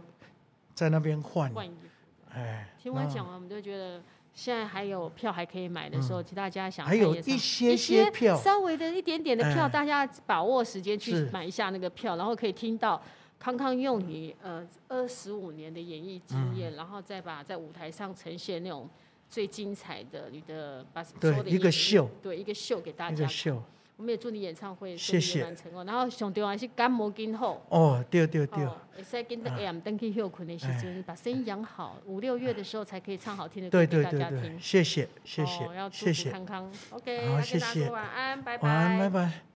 Speaker 1: 在那边换，
Speaker 2: 换衣服。
Speaker 1: 哎，
Speaker 2: 听我
Speaker 1: 然后
Speaker 2: 讲完，我们就觉得现在还有票还可以买的时候，请大家想
Speaker 1: 嗯还
Speaker 2: 看
Speaker 1: 有
Speaker 2: 演唱
Speaker 1: 一
Speaker 2: 会
Speaker 1: 些
Speaker 2: 一
Speaker 1: 些票，
Speaker 2: 稍微的一点点的票，
Speaker 1: 哎
Speaker 2: 大家把握时间去
Speaker 1: 是
Speaker 2: 买一下那个票，然后可以听到康康用你呃二十五年的演艺经
Speaker 1: 嗯
Speaker 2: 验，然后再把在舞台上呈现那种最精彩的你的把所
Speaker 1: 对
Speaker 2: 有的
Speaker 1: 一个
Speaker 2: 演绎
Speaker 1: 秀，
Speaker 2: 对一个秀给大
Speaker 1: 那
Speaker 2: 家
Speaker 1: 个。秀，
Speaker 2: 我们也祝你演唱会
Speaker 1: 谢谢
Speaker 2: 顺利完成功。然后上吊还是感冒今后。
Speaker 1: 哦，对对对，啊哎
Speaker 2: 哦，会使跟着 AM 登去休困的时阵，把声音养好，五六月的时候才可以唱好听的歌
Speaker 1: 对
Speaker 2: 给
Speaker 1: 对
Speaker 2: 大
Speaker 1: 对
Speaker 2: 家
Speaker 1: 对，
Speaker 2: 听。
Speaker 1: 谢谢谢谢
Speaker 2: 哦要祝
Speaker 1: 谢
Speaker 2: 福
Speaker 1: 谢，
Speaker 2: 康康。OK，
Speaker 1: 好
Speaker 2: 那跟大
Speaker 1: 谢
Speaker 2: 家
Speaker 1: 谢
Speaker 2: 说晚安，拜
Speaker 1: 晚安，拜拜。